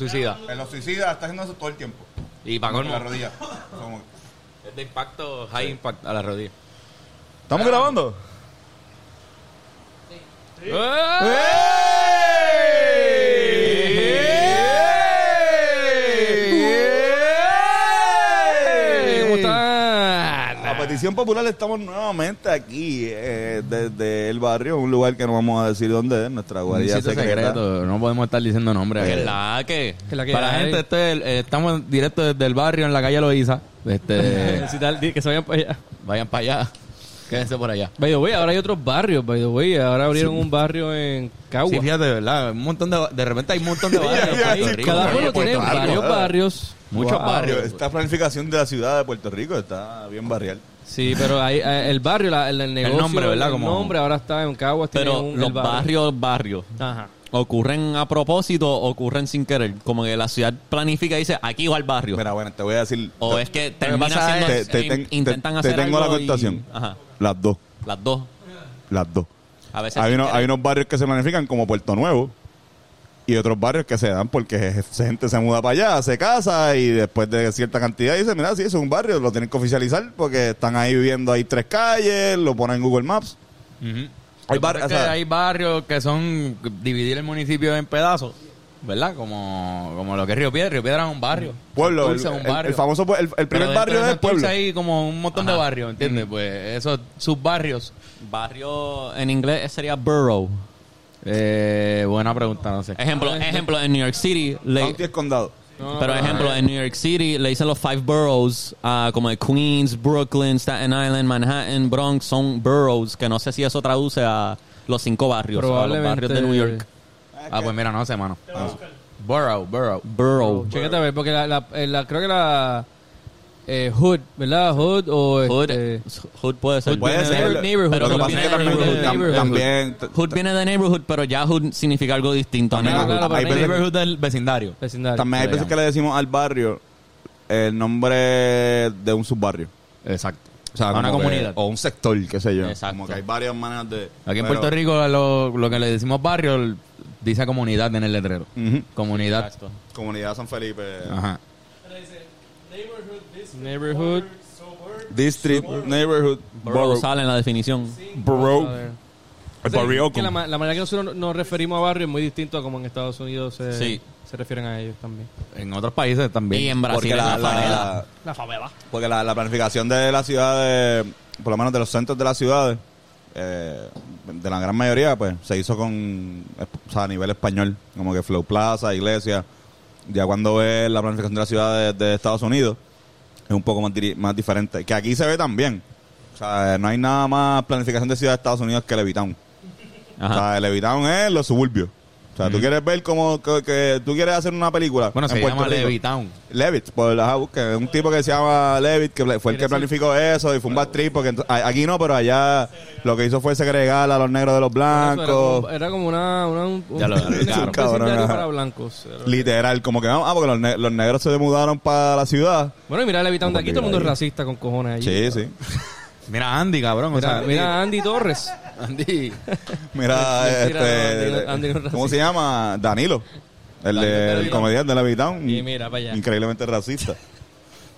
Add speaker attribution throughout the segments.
Speaker 1: Suicida.
Speaker 2: En los suicidas está haciendo eso todo el tiempo.
Speaker 1: Y para
Speaker 2: Con
Speaker 1: colmo.
Speaker 2: la rodilla. Como-
Speaker 1: Es de impacto, high impact a la rodilla.
Speaker 2: Ah.
Speaker 3: ¿Estamos grabando?
Speaker 1: ¡Eh! ¡Ey! ¿Cómo
Speaker 4: Ah.
Speaker 3: A
Speaker 1: están?
Speaker 3: petición popular estamos nuevamente aquí eh, desde el barrio, un lugar que no vamos a decir dónde es, nuestra guarida
Speaker 5: Sitio
Speaker 3: secreta.
Speaker 5: secreto, no podemos estar diciendo nombres.
Speaker 1: ¿Qué
Speaker 5: aquí.
Speaker 1: es la que?
Speaker 5: Que la que
Speaker 1: Para la
Speaker 5: hay.
Speaker 1: gente, esto es el- eh, estamos directo desde el barrio en la calle Loiza. Este,
Speaker 5: Si tal, di- que se vayan para allá.
Speaker 1: vayan para allá. Quédense por allá.
Speaker 5: By the way, ahora hay otros barrios, by the way. Ahora abrieron un barrio en Cagua.
Speaker 1: Sí, fíjate, ¿verdad? Un montón de, de repente hay un montón de barrios. en
Speaker 3: Ya, ya,
Speaker 1: Puerto
Speaker 3: sí,
Speaker 1: Rico.
Speaker 5: Cada
Speaker 3: Oye,
Speaker 5: pueblo
Speaker 3: pues,
Speaker 5: tiene
Speaker 3: claro.
Speaker 5: varios barrios.
Speaker 1: Muchos
Speaker 5: Wow.
Speaker 1: barrios.
Speaker 3: Esta planificación de la ciudad de Puerto Rico está bien barrial.
Speaker 5: Sí, pero hay, eh, el barrio, la- el, el negocio.
Speaker 1: nombre, ¿verdad? Como-
Speaker 5: nombre ahora está en Caguas. tiene
Speaker 4: Pero
Speaker 5: un- el
Speaker 4: los
Speaker 5: barrio.
Speaker 4: barrios, barrios,
Speaker 5: Ajá.
Speaker 4: ocurren a propósito o ocurren sin querer. Como que la ciudad planifica y dice, aquí va el barrio.
Speaker 3: Mira, bueno, te voy a decir.
Speaker 4: o
Speaker 3: te-
Speaker 4: es que
Speaker 3: te-
Speaker 4: termina haciendo,
Speaker 3: te, te-
Speaker 4: in-
Speaker 3: ten- te-
Speaker 4: intentan
Speaker 3: te
Speaker 4: hacer
Speaker 3: tengo
Speaker 4: algo
Speaker 3: la
Speaker 4: y-
Speaker 3: contestación.
Speaker 4: ajá,
Speaker 3: Las dos,
Speaker 4: las dos.
Speaker 3: las dos.
Speaker 4: A veces
Speaker 3: Hay,
Speaker 4: sin
Speaker 3: unos,
Speaker 4: querer.
Speaker 3: hay unos barrios que se planifican como Puerto Nuevo y otros barrios que se dan porque je- je- gente se muda para allá, se casa y después de cierta cantidad dice, mira, sí, eso es un barrio, lo tienen que oficializar porque están ahí viviendo ahí tres calles, lo ponen en Google Maps.
Speaker 1: Ujú.
Speaker 3: Hay
Speaker 1: Lo que
Speaker 3: bar-
Speaker 1: pasa es
Speaker 3: o
Speaker 1: que
Speaker 3: sea-
Speaker 1: hay barrios que son dividir el municipio en pedazos, ¿verdad? Como, como lo que es Río Piedra. Río Piedra es un barrio.
Speaker 3: Pueblo, el,
Speaker 1: Santurce es un
Speaker 3: el-
Speaker 1: barrio.
Speaker 3: el famoso, pue- el, el primer
Speaker 1: Pero dentro
Speaker 3: barrio
Speaker 1: de
Speaker 3: es
Speaker 1: Santurce
Speaker 3: pueblo.
Speaker 1: hay como un montón de barrios, ¿entiendes? Pues esos subbarrios.
Speaker 4: Barrio en inglés sería borough.
Speaker 1: Eh, buena pregunta, no sé.
Speaker 4: Ejemplo, ejemplo, en New York City, le-
Speaker 3: County es condado.
Speaker 5: Ah, No,
Speaker 4: pero ejemplo, en New York City le dicen los five boroughs, ah, como de Queens, Brooklyn, Staten Island, Manhattan, Bronx, son boroughs, que no sé si eso traduce a los cinco barrios, o a los
Speaker 5: probablemente.
Speaker 4: barrios de New York.
Speaker 1: Ah, pues mira, no sé, mano. Borough, borough.
Speaker 4: Borough.
Speaker 5: Chécate a ver, porque la, la- eh, la- creo que la. eh, hood, ¿verdad? Hood o.
Speaker 4: Hood,
Speaker 5: este-
Speaker 4: hood puede ser.
Speaker 3: Puede
Speaker 4: Viene de-
Speaker 3: ser.
Speaker 5: neighborhood.
Speaker 3: Lo
Speaker 4: Pero
Speaker 3: que
Speaker 4: también
Speaker 3: pasa es que
Speaker 4: viene
Speaker 3: también,
Speaker 4: de
Speaker 3: tam-
Speaker 4: neighborhood.
Speaker 3: también-
Speaker 4: Hood viene de neighborhood, pero ya hood significa algo distinto.
Speaker 3: También
Speaker 4: neighborhood.
Speaker 5: claro,
Speaker 3: hay
Speaker 5: pero
Speaker 3: veces-
Speaker 1: Neighborhood del vecindario.
Speaker 5: vecindario.
Speaker 3: también hay veces que le decimos al barrio el nombre de un subbarrio.
Speaker 1: Exacto.
Speaker 3: O sea,
Speaker 1: A una
Speaker 3: como que-
Speaker 1: comunidad.
Speaker 3: o un sector, qué sé yo.
Speaker 4: Exacto.
Speaker 3: Como que hay varias maneras de...
Speaker 1: Aquí en
Speaker 3: pero-
Speaker 1: Puerto Rico lo, lo que le decimos barrio dice comunidad en el letrero.
Speaker 3: Ujú.
Speaker 1: Comunidad.
Speaker 4: Exacto.
Speaker 3: Comunidad San Felipe.
Speaker 1: Ajá.
Speaker 5: Neighborhood.
Speaker 3: District, neighborhood,
Speaker 4: Borough
Speaker 3: borough,
Speaker 4: sale en la definición.
Speaker 5: A ver.
Speaker 3: borough,
Speaker 5: O sea,
Speaker 3: Oh, barrio.
Speaker 5: que la, ma- la manera que nosotros no- nos referimos a barrio es muy distinto a como en Estados Unidos se,
Speaker 4: Sí.
Speaker 5: se refieren a ellos también.
Speaker 1: En otros países también.
Speaker 4: Y en Brasil
Speaker 3: Porque
Speaker 4: es
Speaker 3: la,
Speaker 4: la, favela.
Speaker 3: la-
Speaker 5: La favela.
Speaker 3: porque la, la planificación de las ciudades, por lo menos de los centros de las ciudades, eh, de la gran mayoría, pues se hizo con, o sea, a nivel español, como que Flow Plaza, Iglesia. Ya cuando ves la planificación de las ciudades de Estados Unidos, es un poco más, diri- más diferente. Que aquí se ve también. O sea, eh, no hay nada más planificación de ciudades de Estados Unidos que Levitown.
Speaker 4: Ajá.
Speaker 3: O sea, Levitown es los suburbios. O sea, tú quieres ver cómo que, que tú quieres hacer una película.
Speaker 1: Bueno,
Speaker 3: en
Speaker 1: se
Speaker 3: Puerto
Speaker 1: llama
Speaker 3: Rico.
Speaker 1: Levitown.
Speaker 3: Levitt, por la busca, un tipo que se llama Levitt, que fue el que planificó eso y fue un bad trip, porque ent- a- aquí no, pero allá lo que hizo fue segregar a los negros de los
Speaker 5: Eso Era como,
Speaker 3: blancos,
Speaker 5: era como una, una- un, un-
Speaker 1: Ya lo-
Speaker 5: un
Speaker 3: claro.
Speaker 5: vecindario
Speaker 3: Cabrón,
Speaker 5: para
Speaker 3: ajá.
Speaker 5: blancos. Era-
Speaker 3: literal, como que vamos, ah, porque los, ne- los negros se mudaron para la ciudad.
Speaker 5: Bueno, y mira el habitante aquí, todo el mundo es racista con cojones allí.
Speaker 3: Sí, sí.
Speaker 1: Mira Andy, cabrón. o
Speaker 5: Mira,
Speaker 1: sea,
Speaker 5: mira a Andy Torres.
Speaker 1: Andy.
Speaker 3: Mira,
Speaker 5: Mentira,
Speaker 3: este,
Speaker 5: no, Andy no- Andy no es
Speaker 3: ¿cómo
Speaker 5: racista.
Speaker 3: se llama? Danilo, el, de-
Speaker 1: Danilo,
Speaker 3: el
Speaker 1: Danilo.
Speaker 3: comediante de Levitt Town,
Speaker 5: Y mira, para allá.
Speaker 3: increíblemente racista.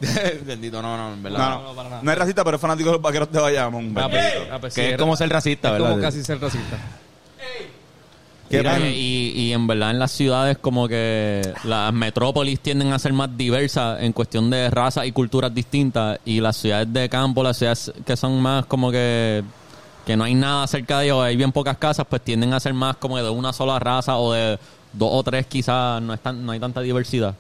Speaker 1: Bendito, no, no, en verdad.
Speaker 3: No,
Speaker 5: no, para
Speaker 3: no,
Speaker 5: nada.
Speaker 3: no es racista, pero es fanático de los vaqueros de Bayamón.
Speaker 5: Ah,
Speaker 3: bendito.
Speaker 5: pues, ah, pues sí,
Speaker 1: Que es
Speaker 5: era-
Speaker 1: como ser racista,
Speaker 5: es como
Speaker 1: ¿verdad?
Speaker 5: casi ser racista.
Speaker 3: Qué
Speaker 4: Mira,
Speaker 3: pena.
Speaker 4: y, y en verdad en las ciudades como que las metrópolis tienden a ser más diversas en cuestión de razas y culturas distintas y las ciudades de campo, las ciudades que son más como que que no hay nada cerca de ellos, hay bien pocas casas, pues tienden a ser más como que de una sola raza o de dos o tres quizás, no, es tan- no hay tanta diversidad.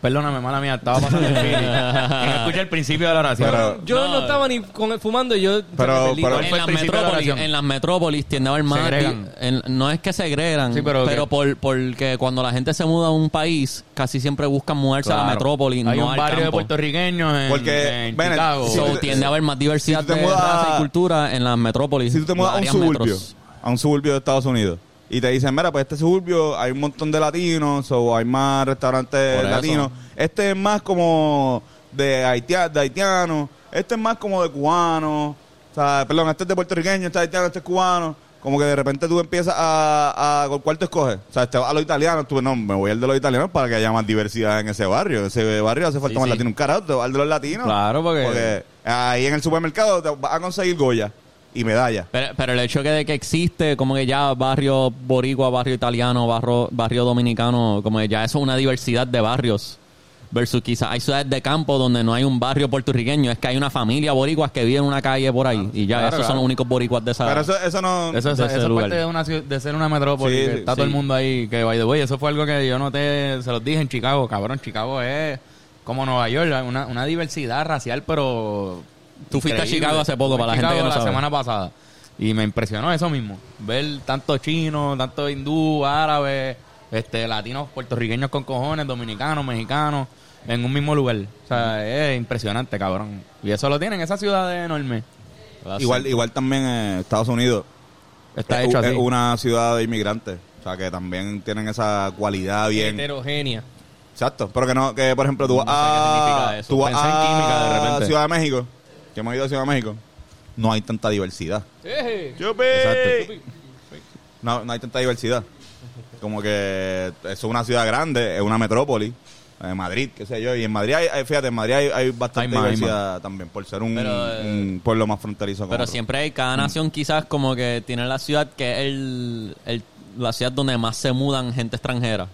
Speaker 1: Perdóname, mala mía, estaba pasando el feeling. Escucha el principio de la oración.
Speaker 3: Pero-
Speaker 5: Yo no,
Speaker 4: No.
Speaker 5: estaba ni con, fumando y yo...
Speaker 3: Pero-
Speaker 5: me perdí.
Speaker 3: pero-
Speaker 4: en,
Speaker 1: fue
Speaker 4: las
Speaker 1: el principio de la
Speaker 4: metrópolis,
Speaker 1: oración?
Speaker 4: en las metrópolis tiende a haber más.
Speaker 1: Segregan.
Speaker 4: di- en- no es que segregan,
Speaker 1: Sí, pero
Speaker 4: pero,
Speaker 1: que-
Speaker 4: por, porque cuando la gente se muda a un país, casi siempre buscan mudarse a la
Speaker 1: Claro.
Speaker 4: metrópoli,
Speaker 1: Hay
Speaker 4: no
Speaker 1: un
Speaker 4: al
Speaker 1: barrio de
Speaker 4: campo.
Speaker 1: puertorriqueños en,
Speaker 3: Porque,
Speaker 1: en
Speaker 3: ven,
Speaker 1: Chicago.
Speaker 3: si
Speaker 4: So,
Speaker 3: tú te-
Speaker 4: tiende a haber más diversidad
Speaker 3: si tú te
Speaker 4: de
Speaker 3: mudas
Speaker 4: raza
Speaker 3: a-
Speaker 4: y cultura en las metrópolis.
Speaker 3: si tú te mudas a un
Speaker 4: varias
Speaker 3: suburbio,
Speaker 4: metros.
Speaker 3: a un suburbio de Estados Unidos, y te dicen, mira, pues este suburbio hay un montón de latinos, o hay más restaurantes
Speaker 4: Por eso.
Speaker 3: latinos, este es más como de, haitia- de haitianos, este es más como de cubanos, o sea, perdón, este es de puertorriqueño, este es haitiano, este es cubano. como que de repente tú empiezas a, a ¿con cuál tú escoges? O sea, te vas a los italianos, tú no, me voy al de los italianos para que haya más diversidad en ese barrio. Ese barrio hace falta
Speaker 4: Sí,
Speaker 3: más
Speaker 4: sí.
Speaker 3: latino. Un carajo, te vas al de los latinos.
Speaker 1: Claro, porque-
Speaker 3: Porque ahí en el supermercado te vas a conseguir Goya y medalla.
Speaker 4: Pero, pero el hecho que de que existe, como que ya barrio boricua, barrio italiano, barrio, barrio dominicano, como que ya eso es una diversidad de barrios. Versus quizás hay ciudades de campo donde no hay un barrio puertorriqueño, es que hay una familia boricuas que vive en una calle por ahí. y ya
Speaker 1: claro,
Speaker 4: esos son
Speaker 1: claro.
Speaker 4: los únicos boricuas de esa
Speaker 3: Pero eso, eso no...
Speaker 1: Ah. Eso, eso- eso
Speaker 4: de ese
Speaker 1: es
Speaker 4: lugar.
Speaker 1: parte de, una, ciu- de ser una metrópoli.
Speaker 3: Sí,
Speaker 1: que
Speaker 3: sí,
Speaker 1: está todo
Speaker 4: sí.
Speaker 1: el mundo ahí. Que, by the way, eso fue algo que yo noté, se los dije en Chicago. Cabrón, Chicago es como Nueva York, una, una diversidad racial, pero...
Speaker 4: Tú fuiste a
Speaker 1: increíble.
Speaker 4: Chicago hace poco,
Speaker 1: Fui a
Speaker 4: para la gente que
Speaker 1: Chicago
Speaker 4: no
Speaker 1: la
Speaker 4: sabe.
Speaker 1: semana pasada. Y me impresionó eso mismo. Ver tanto chino, tanto hindú, árabe, este, latinos, puertorriqueños con cojones, dominicanos, mexicanos, en un mismo lugar. O sea, es impresionante, cabrón. Y eso lo tienen, esa ciudad es enorme. Ah,
Speaker 3: Igual, igual también eh, Estados Unidos
Speaker 1: Está
Speaker 3: es,
Speaker 1: hecho
Speaker 3: u-
Speaker 1: así.
Speaker 3: es una ciudad de inmigrantes. O sea, que también tienen esa cualidad bien...
Speaker 5: Heterogénea.
Speaker 3: Exacto, pero que no, que por ejemplo tú vas
Speaker 1: No sé qué
Speaker 3: a,
Speaker 1: significa eso.
Speaker 3: tú vas
Speaker 1: Pensé en química de
Speaker 3: a
Speaker 1: repente.
Speaker 3: Ciudad de México, que hemos ido a Ciudad de México, no hay tanta diversidad.
Speaker 5: Eh,
Speaker 3: Exacto. No, no hay tanta diversidad. Como que es una ciudad grande, es una metrópoli, eh, Madrid, qué sé yo, y en Madrid, hay, hay- fíjate, en Madrid hay, hay bastante
Speaker 1: Hay más, hay
Speaker 3: diversidad también, por ser un,
Speaker 4: Pero, eh,
Speaker 3: un pueblo más fronterizo. con
Speaker 4: Pero
Speaker 3: otro. Mm.
Speaker 4: siempre hay, cada nación quizás como que tiene la ciudad que es el, el- la ciudad donde más se mudan gente extranjera.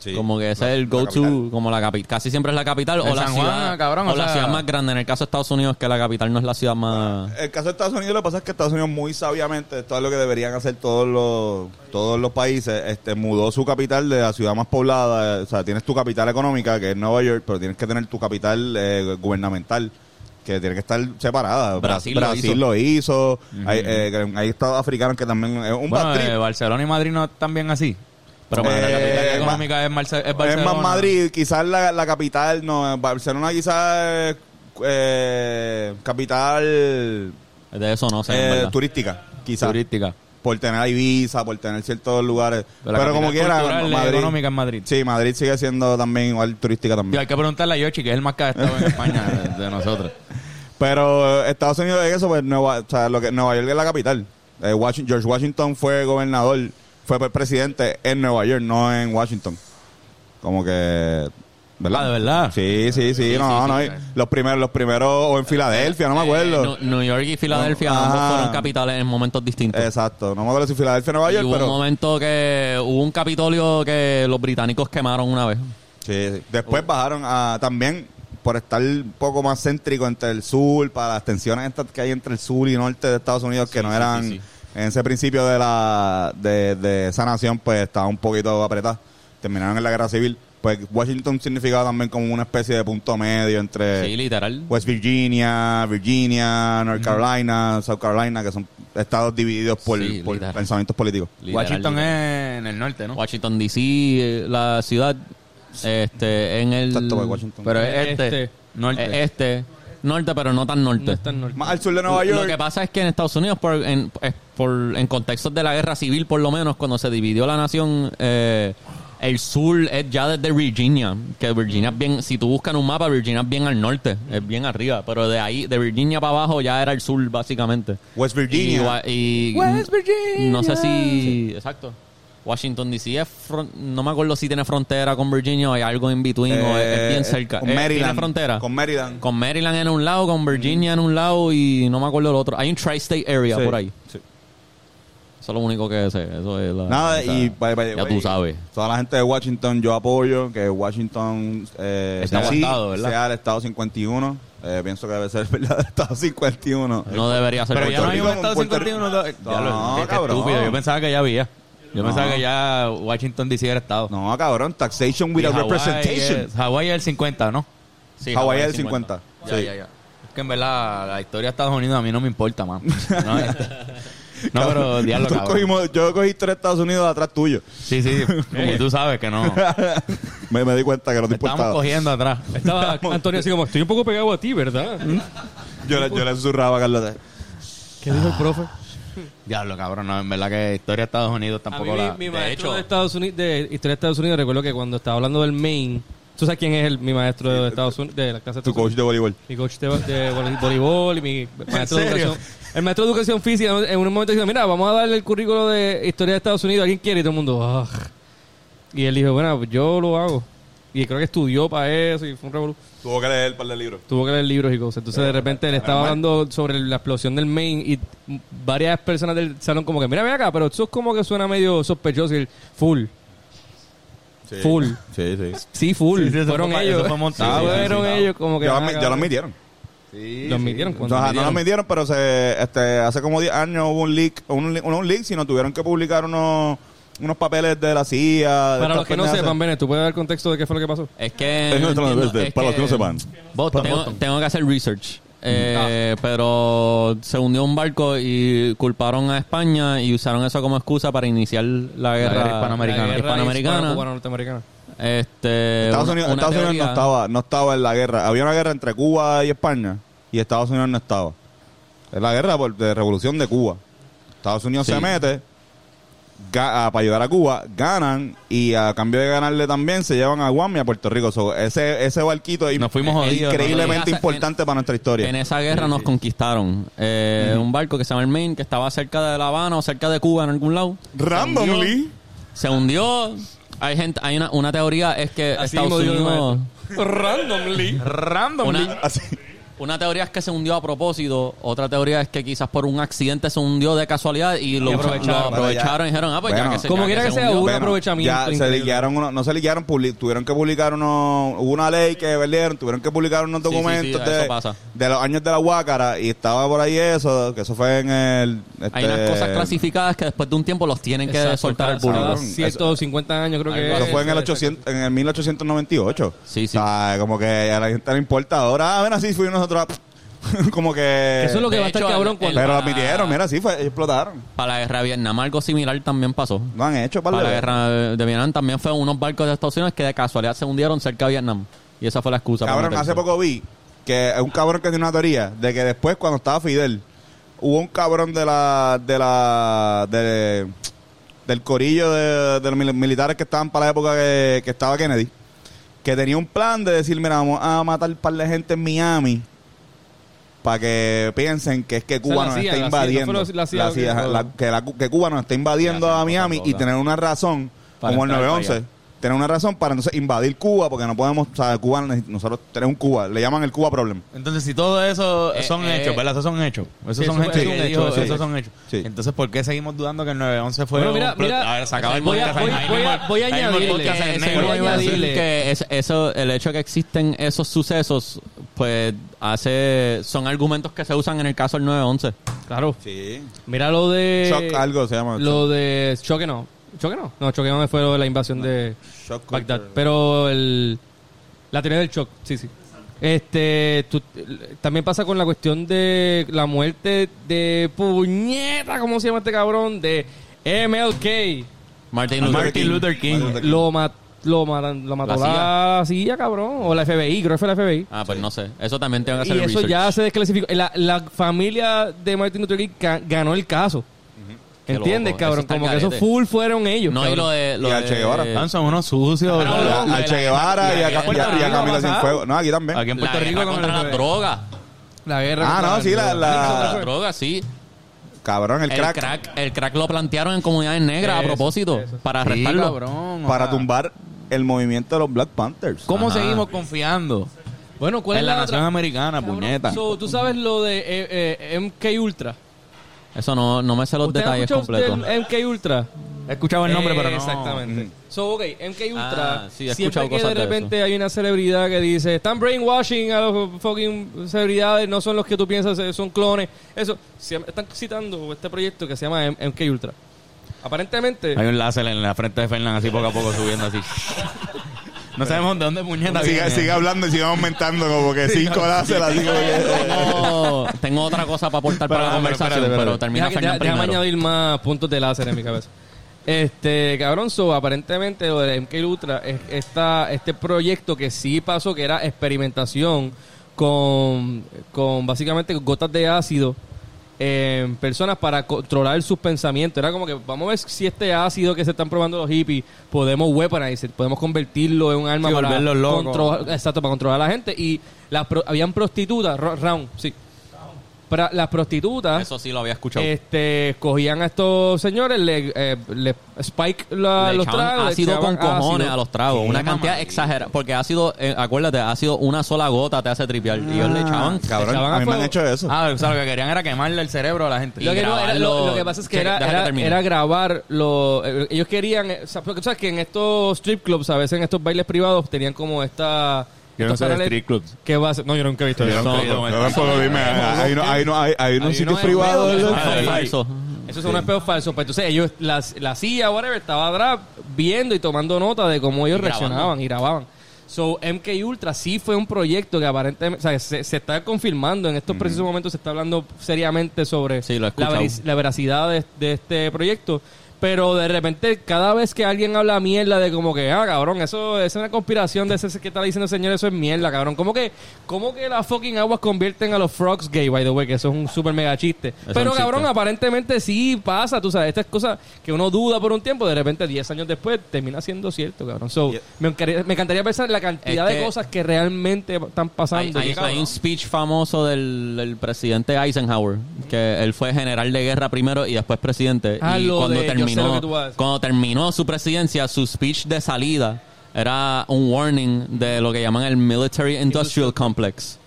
Speaker 3: Sí.
Speaker 4: como que ese es el
Speaker 3: la
Speaker 4: go-to,
Speaker 3: capital.
Speaker 4: como la capital. Casi siempre es la capital o
Speaker 1: En
Speaker 4: la
Speaker 1: San Juan,
Speaker 4: ciudad
Speaker 1: cabrón,
Speaker 4: o,
Speaker 1: o
Speaker 4: la
Speaker 1: sea-
Speaker 4: ciudad más grande. En el caso de Estados Unidos, que la capital no es la ciudad más...
Speaker 3: El caso de Estados Unidos, lo que pasa es que Estados Unidos muy sabiamente, esto es lo que deberían hacer todos los, todos los países, este, mudó su capital de la ciudad más poblada, eh, o sea, tienes tu capital económica, que es Nueva York, pero tienes que tener tu capital eh, gubernamental, que tiene que estar separada.
Speaker 4: Brasil
Speaker 3: Bra-
Speaker 4: lo
Speaker 3: Brasil
Speaker 4: hizo.
Speaker 3: lo hizo, hay, eh, que hay estados africanos que también es un
Speaker 1: Bueno,
Speaker 3: bad trip.
Speaker 1: eh, Barcelona y Madrid no están bien así. Pero para la
Speaker 3: Eh,
Speaker 1: capital
Speaker 3: ma-
Speaker 1: económica es, Marce- es
Speaker 3: es
Speaker 1: Barcelona.
Speaker 3: más Madrid, quizás la, la capital, no, eh, Barcelona quizás eh, capital
Speaker 4: De eso no sé, en
Speaker 3: eh,
Speaker 4: verdad.
Speaker 3: turística, quizás.
Speaker 1: Turística.
Speaker 3: por tener a Ibiza, por tener ciertos lugares.
Speaker 1: Pero
Speaker 3: Pero,
Speaker 1: la
Speaker 3: como
Speaker 1: capital
Speaker 3: quiera,
Speaker 1: cultural,
Speaker 3: Madrid.
Speaker 1: económica es Madrid.
Speaker 3: Sí, Madrid sigue siendo también igual turística
Speaker 1: Yo,
Speaker 3: también.
Speaker 1: hay que preguntarle a Yoshi, que es el más que ha estado en España de, de nosotros.
Speaker 3: Pero eh, Estados Unidos es eso, pues Nueva, o sea, lo que, Nueva York es la capital. Eh, Washing- George Washington fue gobernador, fue pues, presidente en Nueva York, no en Washington. Como que... ¿Verdad?
Speaker 1: Ah, ¿de verdad?
Speaker 3: Sí, sí, sí, no,
Speaker 1: sí,
Speaker 3: no.
Speaker 1: sí,
Speaker 3: y
Speaker 1: claro.
Speaker 3: Los primeros, los primeros, o en Filadelfia, no me
Speaker 4: Eh,
Speaker 3: acuerdo.
Speaker 4: Nu- New York y Filadelfia ambos
Speaker 3: Ajá.
Speaker 4: fueron capitales en momentos distintos.
Speaker 3: Exacto, no me acuerdo si Filadelfia o Nueva
Speaker 4: Y
Speaker 3: York,
Speaker 4: hubo
Speaker 3: Eh, pero...
Speaker 4: un momento que hubo un capitolio que los británicos quemaron una vez.
Speaker 3: Sí, sí. Después bajaron a también por estar un poco más céntrico entre el sur, para las tensiones estas que hay entre el sur y norte de Estados Unidos que no eran
Speaker 4: sí, sí.
Speaker 3: en ese principio de la de, de esa nación pues estaba un poquito apretada. Terminaron en la guerra civil, pues Washington significaba también como una especie de punto medio entre
Speaker 4: Sí, literal.
Speaker 3: West Virginia, Virginia, North Carolina, South Carolina, que son estados divididos por,
Speaker 4: Sí,
Speaker 3: por
Speaker 4: literal.
Speaker 3: pensamientos políticos.
Speaker 4: Literal,
Speaker 1: Washington
Speaker 4: literal.
Speaker 1: es en el norte, ¿no?
Speaker 4: Washington D.C., eh, la ciudad, este, en el...
Speaker 3: Exacto, pues, Washington.
Speaker 1: Pero es este,
Speaker 5: Este.
Speaker 1: norte.
Speaker 4: Eh, Este, norte, pero no tan norte.
Speaker 5: No está en norte.
Speaker 3: más al sur de Nueva
Speaker 4: Lo
Speaker 3: York.
Speaker 4: que pasa es que en Estados Unidos, por, en, es por- en contextos de la guerra civil, por lo menos, cuando se dividió la nación, eh, el sur es ya desde Virginia. Que Virginia es bien, si tú buscas en un mapa, Virginia es bien al norte, es bien arriba. Pero de ahí, de Virginia para abajo, ya era el sur, básicamente.
Speaker 3: West Virginia.
Speaker 4: Y wa- Y,
Speaker 5: West Virginia.
Speaker 4: No sé si. Exacto. Washington DC es fron- no me acuerdo si tiene frontera con Virginia o hay algo en between o es, es
Speaker 3: Eh,
Speaker 4: bien cerca.
Speaker 3: Con
Speaker 4: Eh,
Speaker 3: Maryland.
Speaker 4: ¿Tiene frontera?
Speaker 3: Con Maryland.
Speaker 4: Con Maryland en un lado, con Virginia en un lado y no me acuerdo el otro. Hay un tri-state area
Speaker 3: Sí,
Speaker 4: por ahí.
Speaker 3: sí.
Speaker 4: Eso es lo único que sé. Eso es la,
Speaker 3: Nada,
Speaker 4: esa-
Speaker 3: y by- by the
Speaker 4: ya
Speaker 3: way,
Speaker 4: tú sabes.
Speaker 3: Toda la gente de Washington, yo apoyo que Washington eh,
Speaker 1: Está
Speaker 3: DC
Speaker 1: aguantado, ¿verdad?
Speaker 3: sea el estado 51. Eh, pienso que debe ser ¿verdad? el estado 51.
Speaker 4: eh, No debería ser
Speaker 1: Pero ya no hay
Speaker 4: Puerto
Speaker 1: un
Speaker 3: Rico,
Speaker 1: estado
Speaker 3: Puerto
Speaker 1: 51.
Speaker 3: Rico.
Speaker 1: do-
Speaker 3: No,
Speaker 1: Ya lo- qué- qué
Speaker 3: cabrón.
Speaker 1: estúpido. Yo pensaba que ya había. Yo
Speaker 3: No.
Speaker 1: pensaba que ya Washington DC era estado.
Speaker 3: No, cabrón, taxation
Speaker 1: Y
Speaker 3: without
Speaker 1: Hawái
Speaker 3: representation.
Speaker 1: es- Hawái es el 50, ¿no?
Speaker 4: Rico. Sí,
Speaker 3: Hawái es el
Speaker 4: del
Speaker 3: 50.
Speaker 1: Ya,
Speaker 3: Sí.
Speaker 1: ya, ya. Es que en verdad la historia de Estados Unidos a mí no me importa, man. No, este, no, pero diablo,
Speaker 3: Nosotros
Speaker 1: cabrón.
Speaker 3: cogimos, yo cogí tres Estados Unidos atrás tuyo.
Speaker 1: Sí, sí, como
Speaker 3: Eh.
Speaker 1: tú sabes que no.
Speaker 3: Me, me di cuenta que no te
Speaker 1: Estamos
Speaker 3: importaba.
Speaker 1: cogiendo atrás.
Speaker 5: Estaba Antonio así como, estoy un poco pegado a ti, ¿verdad?
Speaker 3: Yo, le- yo le susurraba a Carlos.
Speaker 5: ¿Qué dijo el profe?
Speaker 1: Diablo, cabrón, no, en verdad que historia de Estados Unidos
Speaker 5: A
Speaker 1: tampoco
Speaker 5: mí mi,
Speaker 1: la...
Speaker 5: mi
Speaker 4: de
Speaker 5: maestro
Speaker 4: hecho-
Speaker 5: de Estados Unidos, de historia de Estados Unidos, recuerdo que cuando estaba hablando del Maine, Tú sabes quién es el, mi maestro de Estados Unidos, de la clase de
Speaker 3: Tu
Speaker 5: Estados
Speaker 3: coach de voleibol.
Speaker 5: mi coach de, de vole- voleibol y mi maestro de
Speaker 1: serio?
Speaker 5: educación. El maestro de educación física en un momento dijo, mira, vamos a darle el currículo de historia de Estados Unidos, ¿alguien quiere? Y todo el mundo, "Ugh". Y él dijo, bueno, pues yo lo hago. Y creo que estudió para eso y fue un revolú.
Speaker 3: Tuvo que leer un par de libros.
Speaker 5: Tuvo que leer libros y cosas. Entonces, de repente, él estaba hablando sobre la explosión del Maine y m- varias personas del salón como que, mira, ven acá, pero eso es como que suena medio sospechoso. Y él, full.
Speaker 3: Sí.
Speaker 5: Full.
Speaker 3: Sí, sí.
Speaker 5: Sí, full.
Speaker 1: Sí, sí, eso
Speaker 5: fueron
Speaker 1: fue pa-
Speaker 5: ellos.
Speaker 1: eso fue montado.
Speaker 5: Ah,
Speaker 1: Sí, sí, sí,
Speaker 5: fueron
Speaker 1: sí.
Speaker 5: ellos como que...
Speaker 3: Ya lo
Speaker 5: "Ven
Speaker 3: admi-
Speaker 5: acá,
Speaker 3: ya lo
Speaker 5: ven".
Speaker 3: admitieron.
Speaker 1: Sí,
Speaker 5: Lo admitieron cuando
Speaker 3: Entonces, ajá, no
Speaker 5: admitieron.
Speaker 3: lo midieron, pero se, este, hace como 10 años hubo un leak, un, li- no un leak, sino tuvieron que publicar unos, unos papeles de la CIA. de
Speaker 5: Para
Speaker 3: estas
Speaker 5: los que no
Speaker 3: pendejas.
Speaker 5: sepan, eh, Benet, ¿tú puedes dar contexto de qué fue lo que pasó?
Speaker 4: Es que.
Speaker 3: Es
Speaker 4: no
Speaker 3: nuestro-
Speaker 4: entiendo,
Speaker 3: este,
Speaker 4: es
Speaker 3: para los que no
Speaker 4: que-
Speaker 3: sepan. Mm.
Speaker 1: Boston,
Speaker 4: tengo,
Speaker 1: Boston.
Speaker 4: tengo que hacer research. Eh, Pero se hundió un barco y culparon a España y usaron eso como excusa para iniciar la guerra,
Speaker 1: guerra hispanoamericana.
Speaker 4: la guerra
Speaker 5: hispanoamericana.
Speaker 4: hispanoamericana.
Speaker 5: norteamericana.
Speaker 4: Este,
Speaker 3: Estados
Speaker 4: una-
Speaker 3: Unidos,
Speaker 4: una
Speaker 3: Estados Unidos
Speaker 4: teoría-
Speaker 3: no, estaba, no estaba en la guerra. Había una guerra entre Cuba y España y Estados Unidos no estaba. Es la guerra por- de revolución de Cuba. Estados Unidos
Speaker 4: Sí.
Speaker 3: se mete ga- a- para ayudar a Cuba, ganan y a cambio de ganarle también se llevan a Guam y a Puerto Rico. So, ese, ese barquito ahí
Speaker 1: Nos fuimos
Speaker 3: es
Speaker 1: jodidos,
Speaker 4: ¿no?
Speaker 3: increíblemente
Speaker 4: En-
Speaker 3: importante para nuestra historia.
Speaker 4: En esa guerra nos conquistaron. Eh,
Speaker 3: Mm.
Speaker 4: Un barco que se llama el Maine, que estaba cerca de La Habana o cerca de Cuba en algún lado.
Speaker 3: Randomly.
Speaker 4: Se hundió. Hay gente, hay una, una teoría es que Estados Unidos.
Speaker 5: Randomly.
Speaker 1: Random.
Speaker 4: Una,
Speaker 3: Así.
Speaker 4: una teoría es que se hundió a propósito. Otra teoría es que quizás por un accidente se hundió de casualidad y lo,
Speaker 5: Y aprovecharon.
Speaker 4: lo aprovecharon y dijeron, ah, pues ya
Speaker 3: Bueno.
Speaker 4: que se
Speaker 5: Como
Speaker 4: ya
Speaker 5: quiera que
Speaker 4: se
Speaker 5: sea,
Speaker 4: hundió.
Speaker 5: un aprovechamiento
Speaker 3: Ya se
Speaker 5: increíble.
Speaker 3: liquearon uno- no se liquearon, publi- tuvieron que publicar unos, hubo una ley que perdieron, tuvieron que publicar unos
Speaker 4: Sí, sí, sí,
Speaker 3: documentos
Speaker 4: eso
Speaker 3: de,
Speaker 4: pasa.
Speaker 3: de los años de la Huácara y estaba por ahí eso, que eso fue en el...
Speaker 4: Hay
Speaker 3: este,
Speaker 4: unas cosas clasificadas que después de un tiempo los tienen que
Speaker 5: Exacto,
Speaker 4: soltar al
Speaker 5: cada-
Speaker 4: público.
Speaker 5: cada
Speaker 3: Cabrón,
Speaker 5: 150 años creo que
Speaker 3: Eso
Speaker 5: es.
Speaker 3: fue en el, 800, en el 1898.
Speaker 4: Sí, sí.
Speaker 3: O sea, como que a la gente le importa ahora, ah, ven así, fuimos nosotros, ah, como que...
Speaker 5: Eso es lo que
Speaker 4: De
Speaker 5: va a estar
Speaker 4: hecho,
Speaker 5: cabrón
Speaker 4: el-
Speaker 5: cuando...
Speaker 4: el-
Speaker 3: Pero lo admitieron, mira, sí, fue, ellos explotaron.
Speaker 4: Para la guerra de Vietnam algo similar también pasó.
Speaker 3: No han hecho, par de
Speaker 4: Para la
Speaker 3: veces.
Speaker 4: guerra de Vietnam también fue unos barcos de Estados Unidos que de casualidad se hundieron cerca de Vietnam. Y esa fue la excusa. para
Speaker 3: Cabrón,
Speaker 4: meterse.
Speaker 3: hace poco vi que un cabrón que tiene una teoría de que después cuando estaba Fidel hubo un cabrón de la de la de- del corillo de, de los mil- militares que estaban para la época que, que estaba Kennedy que tenía un plan de decir mira vamos a matar un par de gente en Miami para que piensen que es que
Speaker 5: sea, la
Speaker 3: Cuba nos
Speaker 5: CIA,
Speaker 3: está
Speaker 5: la CIA,
Speaker 3: invadiendo
Speaker 5: no fue la CIA
Speaker 3: La CIA,
Speaker 5: que-
Speaker 3: la- que, la- que Cuba nos está invadiendo
Speaker 4: Ya,
Speaker 3: a Miami
Speaker 4: loca.
Speaker 3: y tener una razón
Speaker 1: Para
Speaker 3: como el
Speaker 1: entrar para
Speaker 3: 911
Speaker 1: allá.
Speaker 3: tener una razón para entonces invadir Cuba porque no podemos, o sea, Cuba, neces- nosotros tenemos un Cuba, le llaman el Cuba problem.
Speaker 1: Entonces, si todo eso
Speaker 4: Eh,
Speaker 1: son
Speaker 4: eh.
Speaker 1: hechos, ¿verdad? Esos son hechos. Esos
Speaker 5: Sí,
Speaker 1: son
Speaker 5: eso
Speaker 1: hechos.
Speaker 5: fue-
Speaker 1: que
Speaker 5: es un
Speaker 1: dijo,
Speaker 5: hecho, sí.
Speaker 1: esos son hechos.
Speaker 3: Sí.
Speaker 1: Entonces, ¿por qué seguimos dudando que el 911 fue
Speaker 5: Bueno,
Speaker 1: un
Speaker 5: mira,
Speaker 1: plot?
Speaker 5: mira,
Speaker 1: a ver, se acaba el
Speaker 5: voy a-
Speaker 1: podcast. ahí
Speaker 5: voy-
Speaker 1: mismo-
Speaker 5: voy a- voy a
Speaker 1: ahí mismo el
Speaker 5: añadirle,
Speaker 1: podcast en
Speaker 5: eh,
Speaker 1: negro.
Speaker 5: voy a
Speaker 4: iba a decir
Speaker 5: añadirle.
Speaker 4: que es- eso, el hecho que existen esos sucesos, pues hace son argumentos que se usan en el caso del 911.
Speaker 5: Claro.
Speaker 3: Sí.
Speaker 5: Mira lo de...
Speaker 1: Eh,
Speaker 3: Shock Eh, algo se llama.
Speaker 5: Lo de... Choque no. Choque no. No, choque no fue lo de la invasión de
Speaker 3: Shock culture.
Speaker 5: Bagdad. Pero el... La teoría del shock. Sí, sí. Este... tú- también pasa con la cuestión de la muerte de... Puñeta, ¿cómo se llama este cabrón? De MLK.
Speaker 4: Martin Luther
Speaker 1: Martin
Speaker 4: King.
Speaker 1: Luther King.
Speaker 3: Martin Luther King.
Speaker 5: Lo, mat- lo, matan- lo mató
Speaker 4: La
Speaker 5: la CIA. cabrón. O la FBI, creo que fue la FBI.
Speaker 4: Ah, pues no sé. Eso también tengo que
Speaker 5: y
Speaker 4: hacer
Speaker 5: eso
Speaker 4: el research.
Speaker 5: ya se desclasificó. La, la familia de Martin Luther King ca- ganó el caso.
Speaker 4: Qué
Speaker 5: ¿Entiendes,
Speaker 4: loco. Eso
Speaker 5: cabrón?
Speaker 4: está
Speaker 5: Como
Speaker 4: al
Speaker 5: que esos
Speaker 4: garete.
Speaker 5: full fueron ellos.
Speaker 4: No, y
Speaker 5: cabrón.
Speaker 4: lo de... Lo
Speaker 3: Y al
Speaker 4: de-
Speaker 3: Che Guevara.
Speaker 1: Ah, Son unos sucios. ¿verdad?
Speaker 3: al Che Guevara y a,
Speaker 4: la-
Speaker 3: y a- y a
Speaker 5: la- la-
Speaker 3: Camilo Sin Fuego. No, aquí también.
Speaker 1: Aquí en
Speaker 4: La
Speaker 1: Puerto Rico
Speaker 4: guerra
Speaker 1: con
Speaker 4: contra
Speaker 1: el-
Speaker 4: las drogas.
Speaker 5: La guerra.
Speaker 3: Ah,
Speaker 5: contra
Speaker 3: no, sí, la,
Speaker 4: Las
Speaker 3: la-
Speaker 4: drogas, sí.
Speaker 3: cabrón, el
Speaker 4: El
Speaker 3: crack,
Speaker 4: crack. el crack lo plantearon en comunidades negras a
Speaker 5: Eso,
Speaker 4: propósito
Speaker 5: eso.
Speaker 4: para
Speaker 1: Sí,
Speaker 4: arrestarlo.
Speaker 1: cabrón, o
Speaker 3: para
Speaker 1: sea,
Speaker 3: tumbar el movimiento de los Black Panthers.
Speaker 1: ¿Cómo
Speaker 4: Ajá.
Speaker 1: seguimos confiando
Speaker 5: Bueno, ¿cuál
Speaker 1: en
Speaker 5: es
Speaker 1: la,
Speaker 5: la,
Speaker 1: nación
Speaker 5: otra?
Speaker 1: americana, puñeta?
Speaker 5: So, ¿Tú sabes lo de eh, eh, MK Ultra?
Speaker 4: Eso no, no me sé los
Speaker 5: ¿Usted ha
Speaker 4: detalles
Speaker 5: escuchado
Speaker 4: completos.
Speaker 5: del MK Ultra?
Speaker 1: He escuchado el nombre,
Speaker 5: Eh,
Speaker 1: pero no. Mm.
Speaker 5: Exactamente.
Speaker 3: Ujú.
Speaker 5: So, ok, MK Ultra.
Speaker 4: Ah, sí, he
Speaker 5: siempre
Speaker 4: escuchado
Speaker 5: que de
Speaker 4: cosas de eso.
Speaker 5: repente hay una celebridad que dice, están brainwashing a los fucking celebridades, no son los que tú piensas, eh, son clones. Eso, se- están citando este proyecto que se llama M- MK Ultra. Aparentemente,
Speaker 1: Hay un láser en la frente de Fernán, así poco a poco subiendo así. No sabemos de dónde puñeta
Speaker 3: Sigue,
Speaker 1: viene.
Speaker 3: sigue hablando y sigue aumentando como que cinco láser así como que-
Speaker 4: tengo, Oh, tengo otra cosa para aportar para la
Speaker 3: Espérate,
Speaker 4: conversación,
Speaker 3: espérate,
Speaker 4: pero
Speaker 3: espérate.
Speaker 4: termina
Speaker 5: deja, que-
Speaker 4: Fernan
Speaker 5: deja- déjame
Speaker 4: primero.
Speaker 5: añadir más puntos de láser en mi cabeza. Este, cabrón, so, aparentemente lo de MK Ultra es esta, este proyecto que sí pasó, que era experimentación con, con básicamente gotas de ácido eh, personas para controlar sus pensamientos. Era como que vamos a ver si este ácido que se están probando los hippies podemos weaponizar, podemos convertirlo en un arma
Speaker 1: Sí,
Speaker 5: para
Speaker 1: volverlos locos.
Speaker 5: controlar- exacto, para controlar a la gente. Y las pro- habían prostitutas, ro- round, sí. Para las prostitutas
Speaker 4: Eso sí lo había escuchado.
Speaker 5: este cogían a estos señores le, eh, le spike la-
Speaker 4: Le
Speaker 5: los
Speaker 4: echaban
Speaker 5: tragos le
Speaker 4: ácido
Speaker 5: echaban
Speaker 4: con cojones
Speaker 5: ácido.
Speaker 4: a los tragos.
Speaker 1: Qué
Speaker 4: una cantidad
Speaker 1: mamadita.
Speaker 4: exagerada. Porque ácido, eh, acuérdate, ácido, una sola gota te hace tripear. y ellos le echaban.
Speaker 3: Cabrón,
Speaker 5: echaban a
Speaker 3: a mí me han
Speaker 5: fuego.
Speaker 3: hecho eso.
Speaker 1: Ah, o sea, lo que querían era quemarle el cerebro a la gente.
Speaker 5: lo que, no, era- lo-
Speaker 4: grabarlo.
Speaker 5: lo que pasa es que
Speaker 4: Che,
Speaker 5: era,
Speaker 4: deja que
Speaker 5: era-
Speaker 4: termine.
Speaker 5: era grabar lo, eh, ellos querían eh, o sea, porque tú sabes que en estos strip clubs a veces en estos bailes privados tenían como esta
Speaker 1: Yo no
Speaker 5: estos
Speaker 1: sé de
Speaker 5: paneles-
Speaker 1: strip clubs.
Speaker 5: ¿Qué va a ser? no yo nunca he visto eso
Speaker 1: Yo no-
Speaker 3: Cabrón, pero dime, hay uno- hay uno- hay- hay
Speaker 5: Hay
Speaker 3: unos sitios
Speaker 5: unos
Speaker 3: privados.
Speaker 5: empleos,
Speaker 3: ¿verdad?
Speaker 4: Ah,
Speaker 1: Ay,
Speaker 4: falso.
Speaker 5: Eso es un espejo falso. Pues entonces ellos, las- la CIA, whatever, estaba atrás viendo y tomando nota de cómo ellos
Speaker 4: Y grabando.
Speaker 5: reaccionaban y grababan. So, MK Ultra sí fue un proyecto que aparentemente, o sea, se, se está confirmando en estos precisos momentos, se está hablando seriamente sobre
Speaker 4: Sí, lo he
Speaker 5: la,
Speaker 4: escuchado.
Speaker 5: veri- la veracidad de, de este proyecto. Pero de repente, cada vez que alguien habla mierda de como que, ah, cabrón, eso es una conspiración de ese que está diciendo señor, eso es mierda, cabrón. ¿Cómo que, cómo que las fucking aguas convierten a los frogs gay, by the way? Que eso es un super mega chiste.
Speaker 4: es
Speaker 5: Pero
Speaker 4: un
Speaker 5: cabrón,
Speaker 4: chiste.
Speaker 5: aparentemente sí pasa, tú sabes, estas cosas que uno duda por un tiempo, de repente 10 años después termina siendo cierto, cabrón. So,
Speaker 3: Yeah.
Speaker 5: me, encantaría, me encantaría pensar en la cantidad
Speaker 4: Es
Speaker 5: de
Speaker 4: que-
Speaker 5: cosas que realmente están
Speaker 4: Hay,
Speaker 5: pasando.
Speaker 4: hay-
Speaker 5: cabrón.
Speaker 4: hay un speech famoso del, del presidente Eisenhower, que él fue general de guerra primero y después presidente.
Speaker 5: Ah,
Speaker 4: y
Speaker 5: lo
Speaker 4: cuando
Speaker 5: de- yo sé lo que
Speaker 4: terminó,
Speaker 5: tú vas a decir.
Speaker 4: cuando terminó su presidencia, su speech de salida era un warning de lo que llaman el Military Industrial Complex.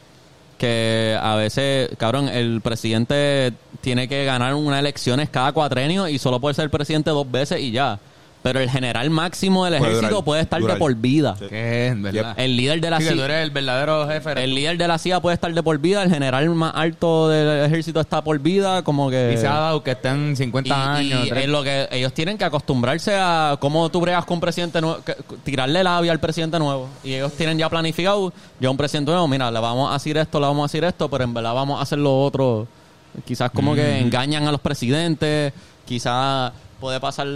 Speaker 4: Que a veces, cabrón, el presidente tiene que ganar unas elecciones cada cuatrenio y solo puede ser presidente dos veces y ya. Pero el general máximo del
Speaker 3: Puede
Speaker 4: ejército
Speaker 3: durar,
Speaker 4: puede estar
Speaker 3: durar.
Speaker 4: de por vida.
Speaker 3: Sí.
Speaker 1: Que es, ¿verdad?
Speaker 4: El líder de la
Speaker 1: Sí, que
Speaker 4: CIA
Speaker 1: tú eres el verdadero jefe. eres
Speaker 4: el líder de la CIA puede estar de por vida, el general más alto del ejército está por vida,
Speaker 5: eh,
Speaker 4: como que...
Speaker 1: Y se ha dado que estén 50
Speaker 4: Y- y
Speaker 1: años. tres-
Speaker 4: es lo que ellos tienen que acostumbrarse a cómo tú bregas con un presidente nuevo, que- tirarle la labia al presidente nuevo. Y ellos tienen ya planificado, ya un presidente nuevo, mira, le vamos a decir esto, le vamos a decir esto, pero en verdad vamos a hacer lo otro. Quizás como que
Speaker 1: Mm.
Speaker 4: engañan a los presidentes, quizás puede pasar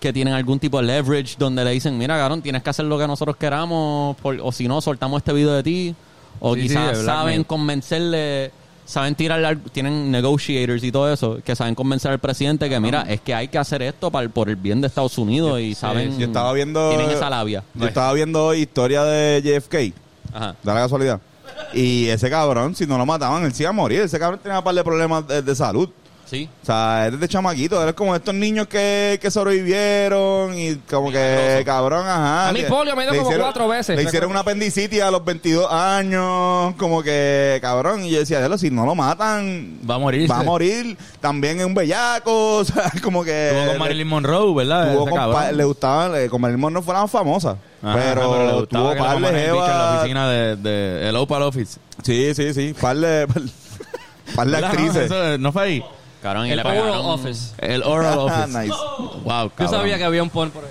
Speaker 4: que tienen algún tipo de leverage donde le dicen, mira, cabrón, tienes que hacer lo que nosotros queramos, por- o si no, soltamos este video de ti. O
Speaker 1: Sí, sí, de
Speaker 4: quizás
Speaker 1: Black
Speaker 4: saben
Speaker 1: Mirror.
Speaker 4: convencerle, saben tirar, al- tienen negotiators y todo eso, que saben convencer al presidente que mira, es que hay que hacer esto para, el- por el bien de Estados Unidos y saben.
Speaker 3: yo estaba viendo-
Speaker 4: Tienen esa labia.
Speaker 3: Yo
Speaker 1: Pues.
Speaker 3: estaba viendo hoy historia de JFK,
Speaker 4: Ajá.
Speaker 3: da la casualidad. Y ese cabrón, si no lo mataban, él se iba a morir. Ese cabrón tenía un par de problemas de, de salud.
Speaker 4: Sí.
Speaker 3: O sea, eres de chamaquito, eres como estos niños que, que sobrevivieron y como que, cabrón, ajá.
Speaker 5: A mí
Speaker 3: le-
Speaker 5: polio me dio
Speaker 3: le
Speaker 5: como cuatro veces,
Speaker 3: Le
Speaker 5: ¿te
Speaker 3: hicieron una apendicitis a los 22 años, como que, cabrón. Y yo decía, "Diablo, si no lo matan,
Speaker 1: Va a morirse.
Speaker 3: Va a morir. También es un bellaco, o sea, como que...
Speaker 1: Estuvo con Marilyn Monroe, ¿verdad?
Speaker 3: eh, tuvo
Speaker 1: Ah, Ese
Speaker 3: con
Speaker 1: cabrón.
Speaker 3: pa- le gustaban, eh, con Marilyn Monroe fueron famosas,
Speaker 1: Ajá,
Speaker 3: pero,
Speaker 1: le gustaba
Speaker 3: tuvo
Speaker 1: que le
Speaker 3: par de
Speaker 1: mamaran el bicho en la
Speaker 3: jevas-
Speaker 1: oficina de, de el Opal Office.
Speaker 3: Sí, sí, sí, par de, par, par de
Speaker 1: ¿Verdad? No,
Speaker 3: actrices.
Speaker 4: eh,
Speaker 1: eso no fue ahí.
Speaker 4: Cabrón, y
Speaker 5: el
Speaker 4: le
Speaker 5: Power
Speaker 4: pegaron-
Speaker 5: Office.
Speaker 1: El
Speaker 3: Ah,
Speaker 1: Oral Office.
Speaker 3: nice.
Speaker 1: Wow,
Speaker 5: Yo
Speaker 1: cabrón.
Speaker 5: sabía que había un porn por ahí.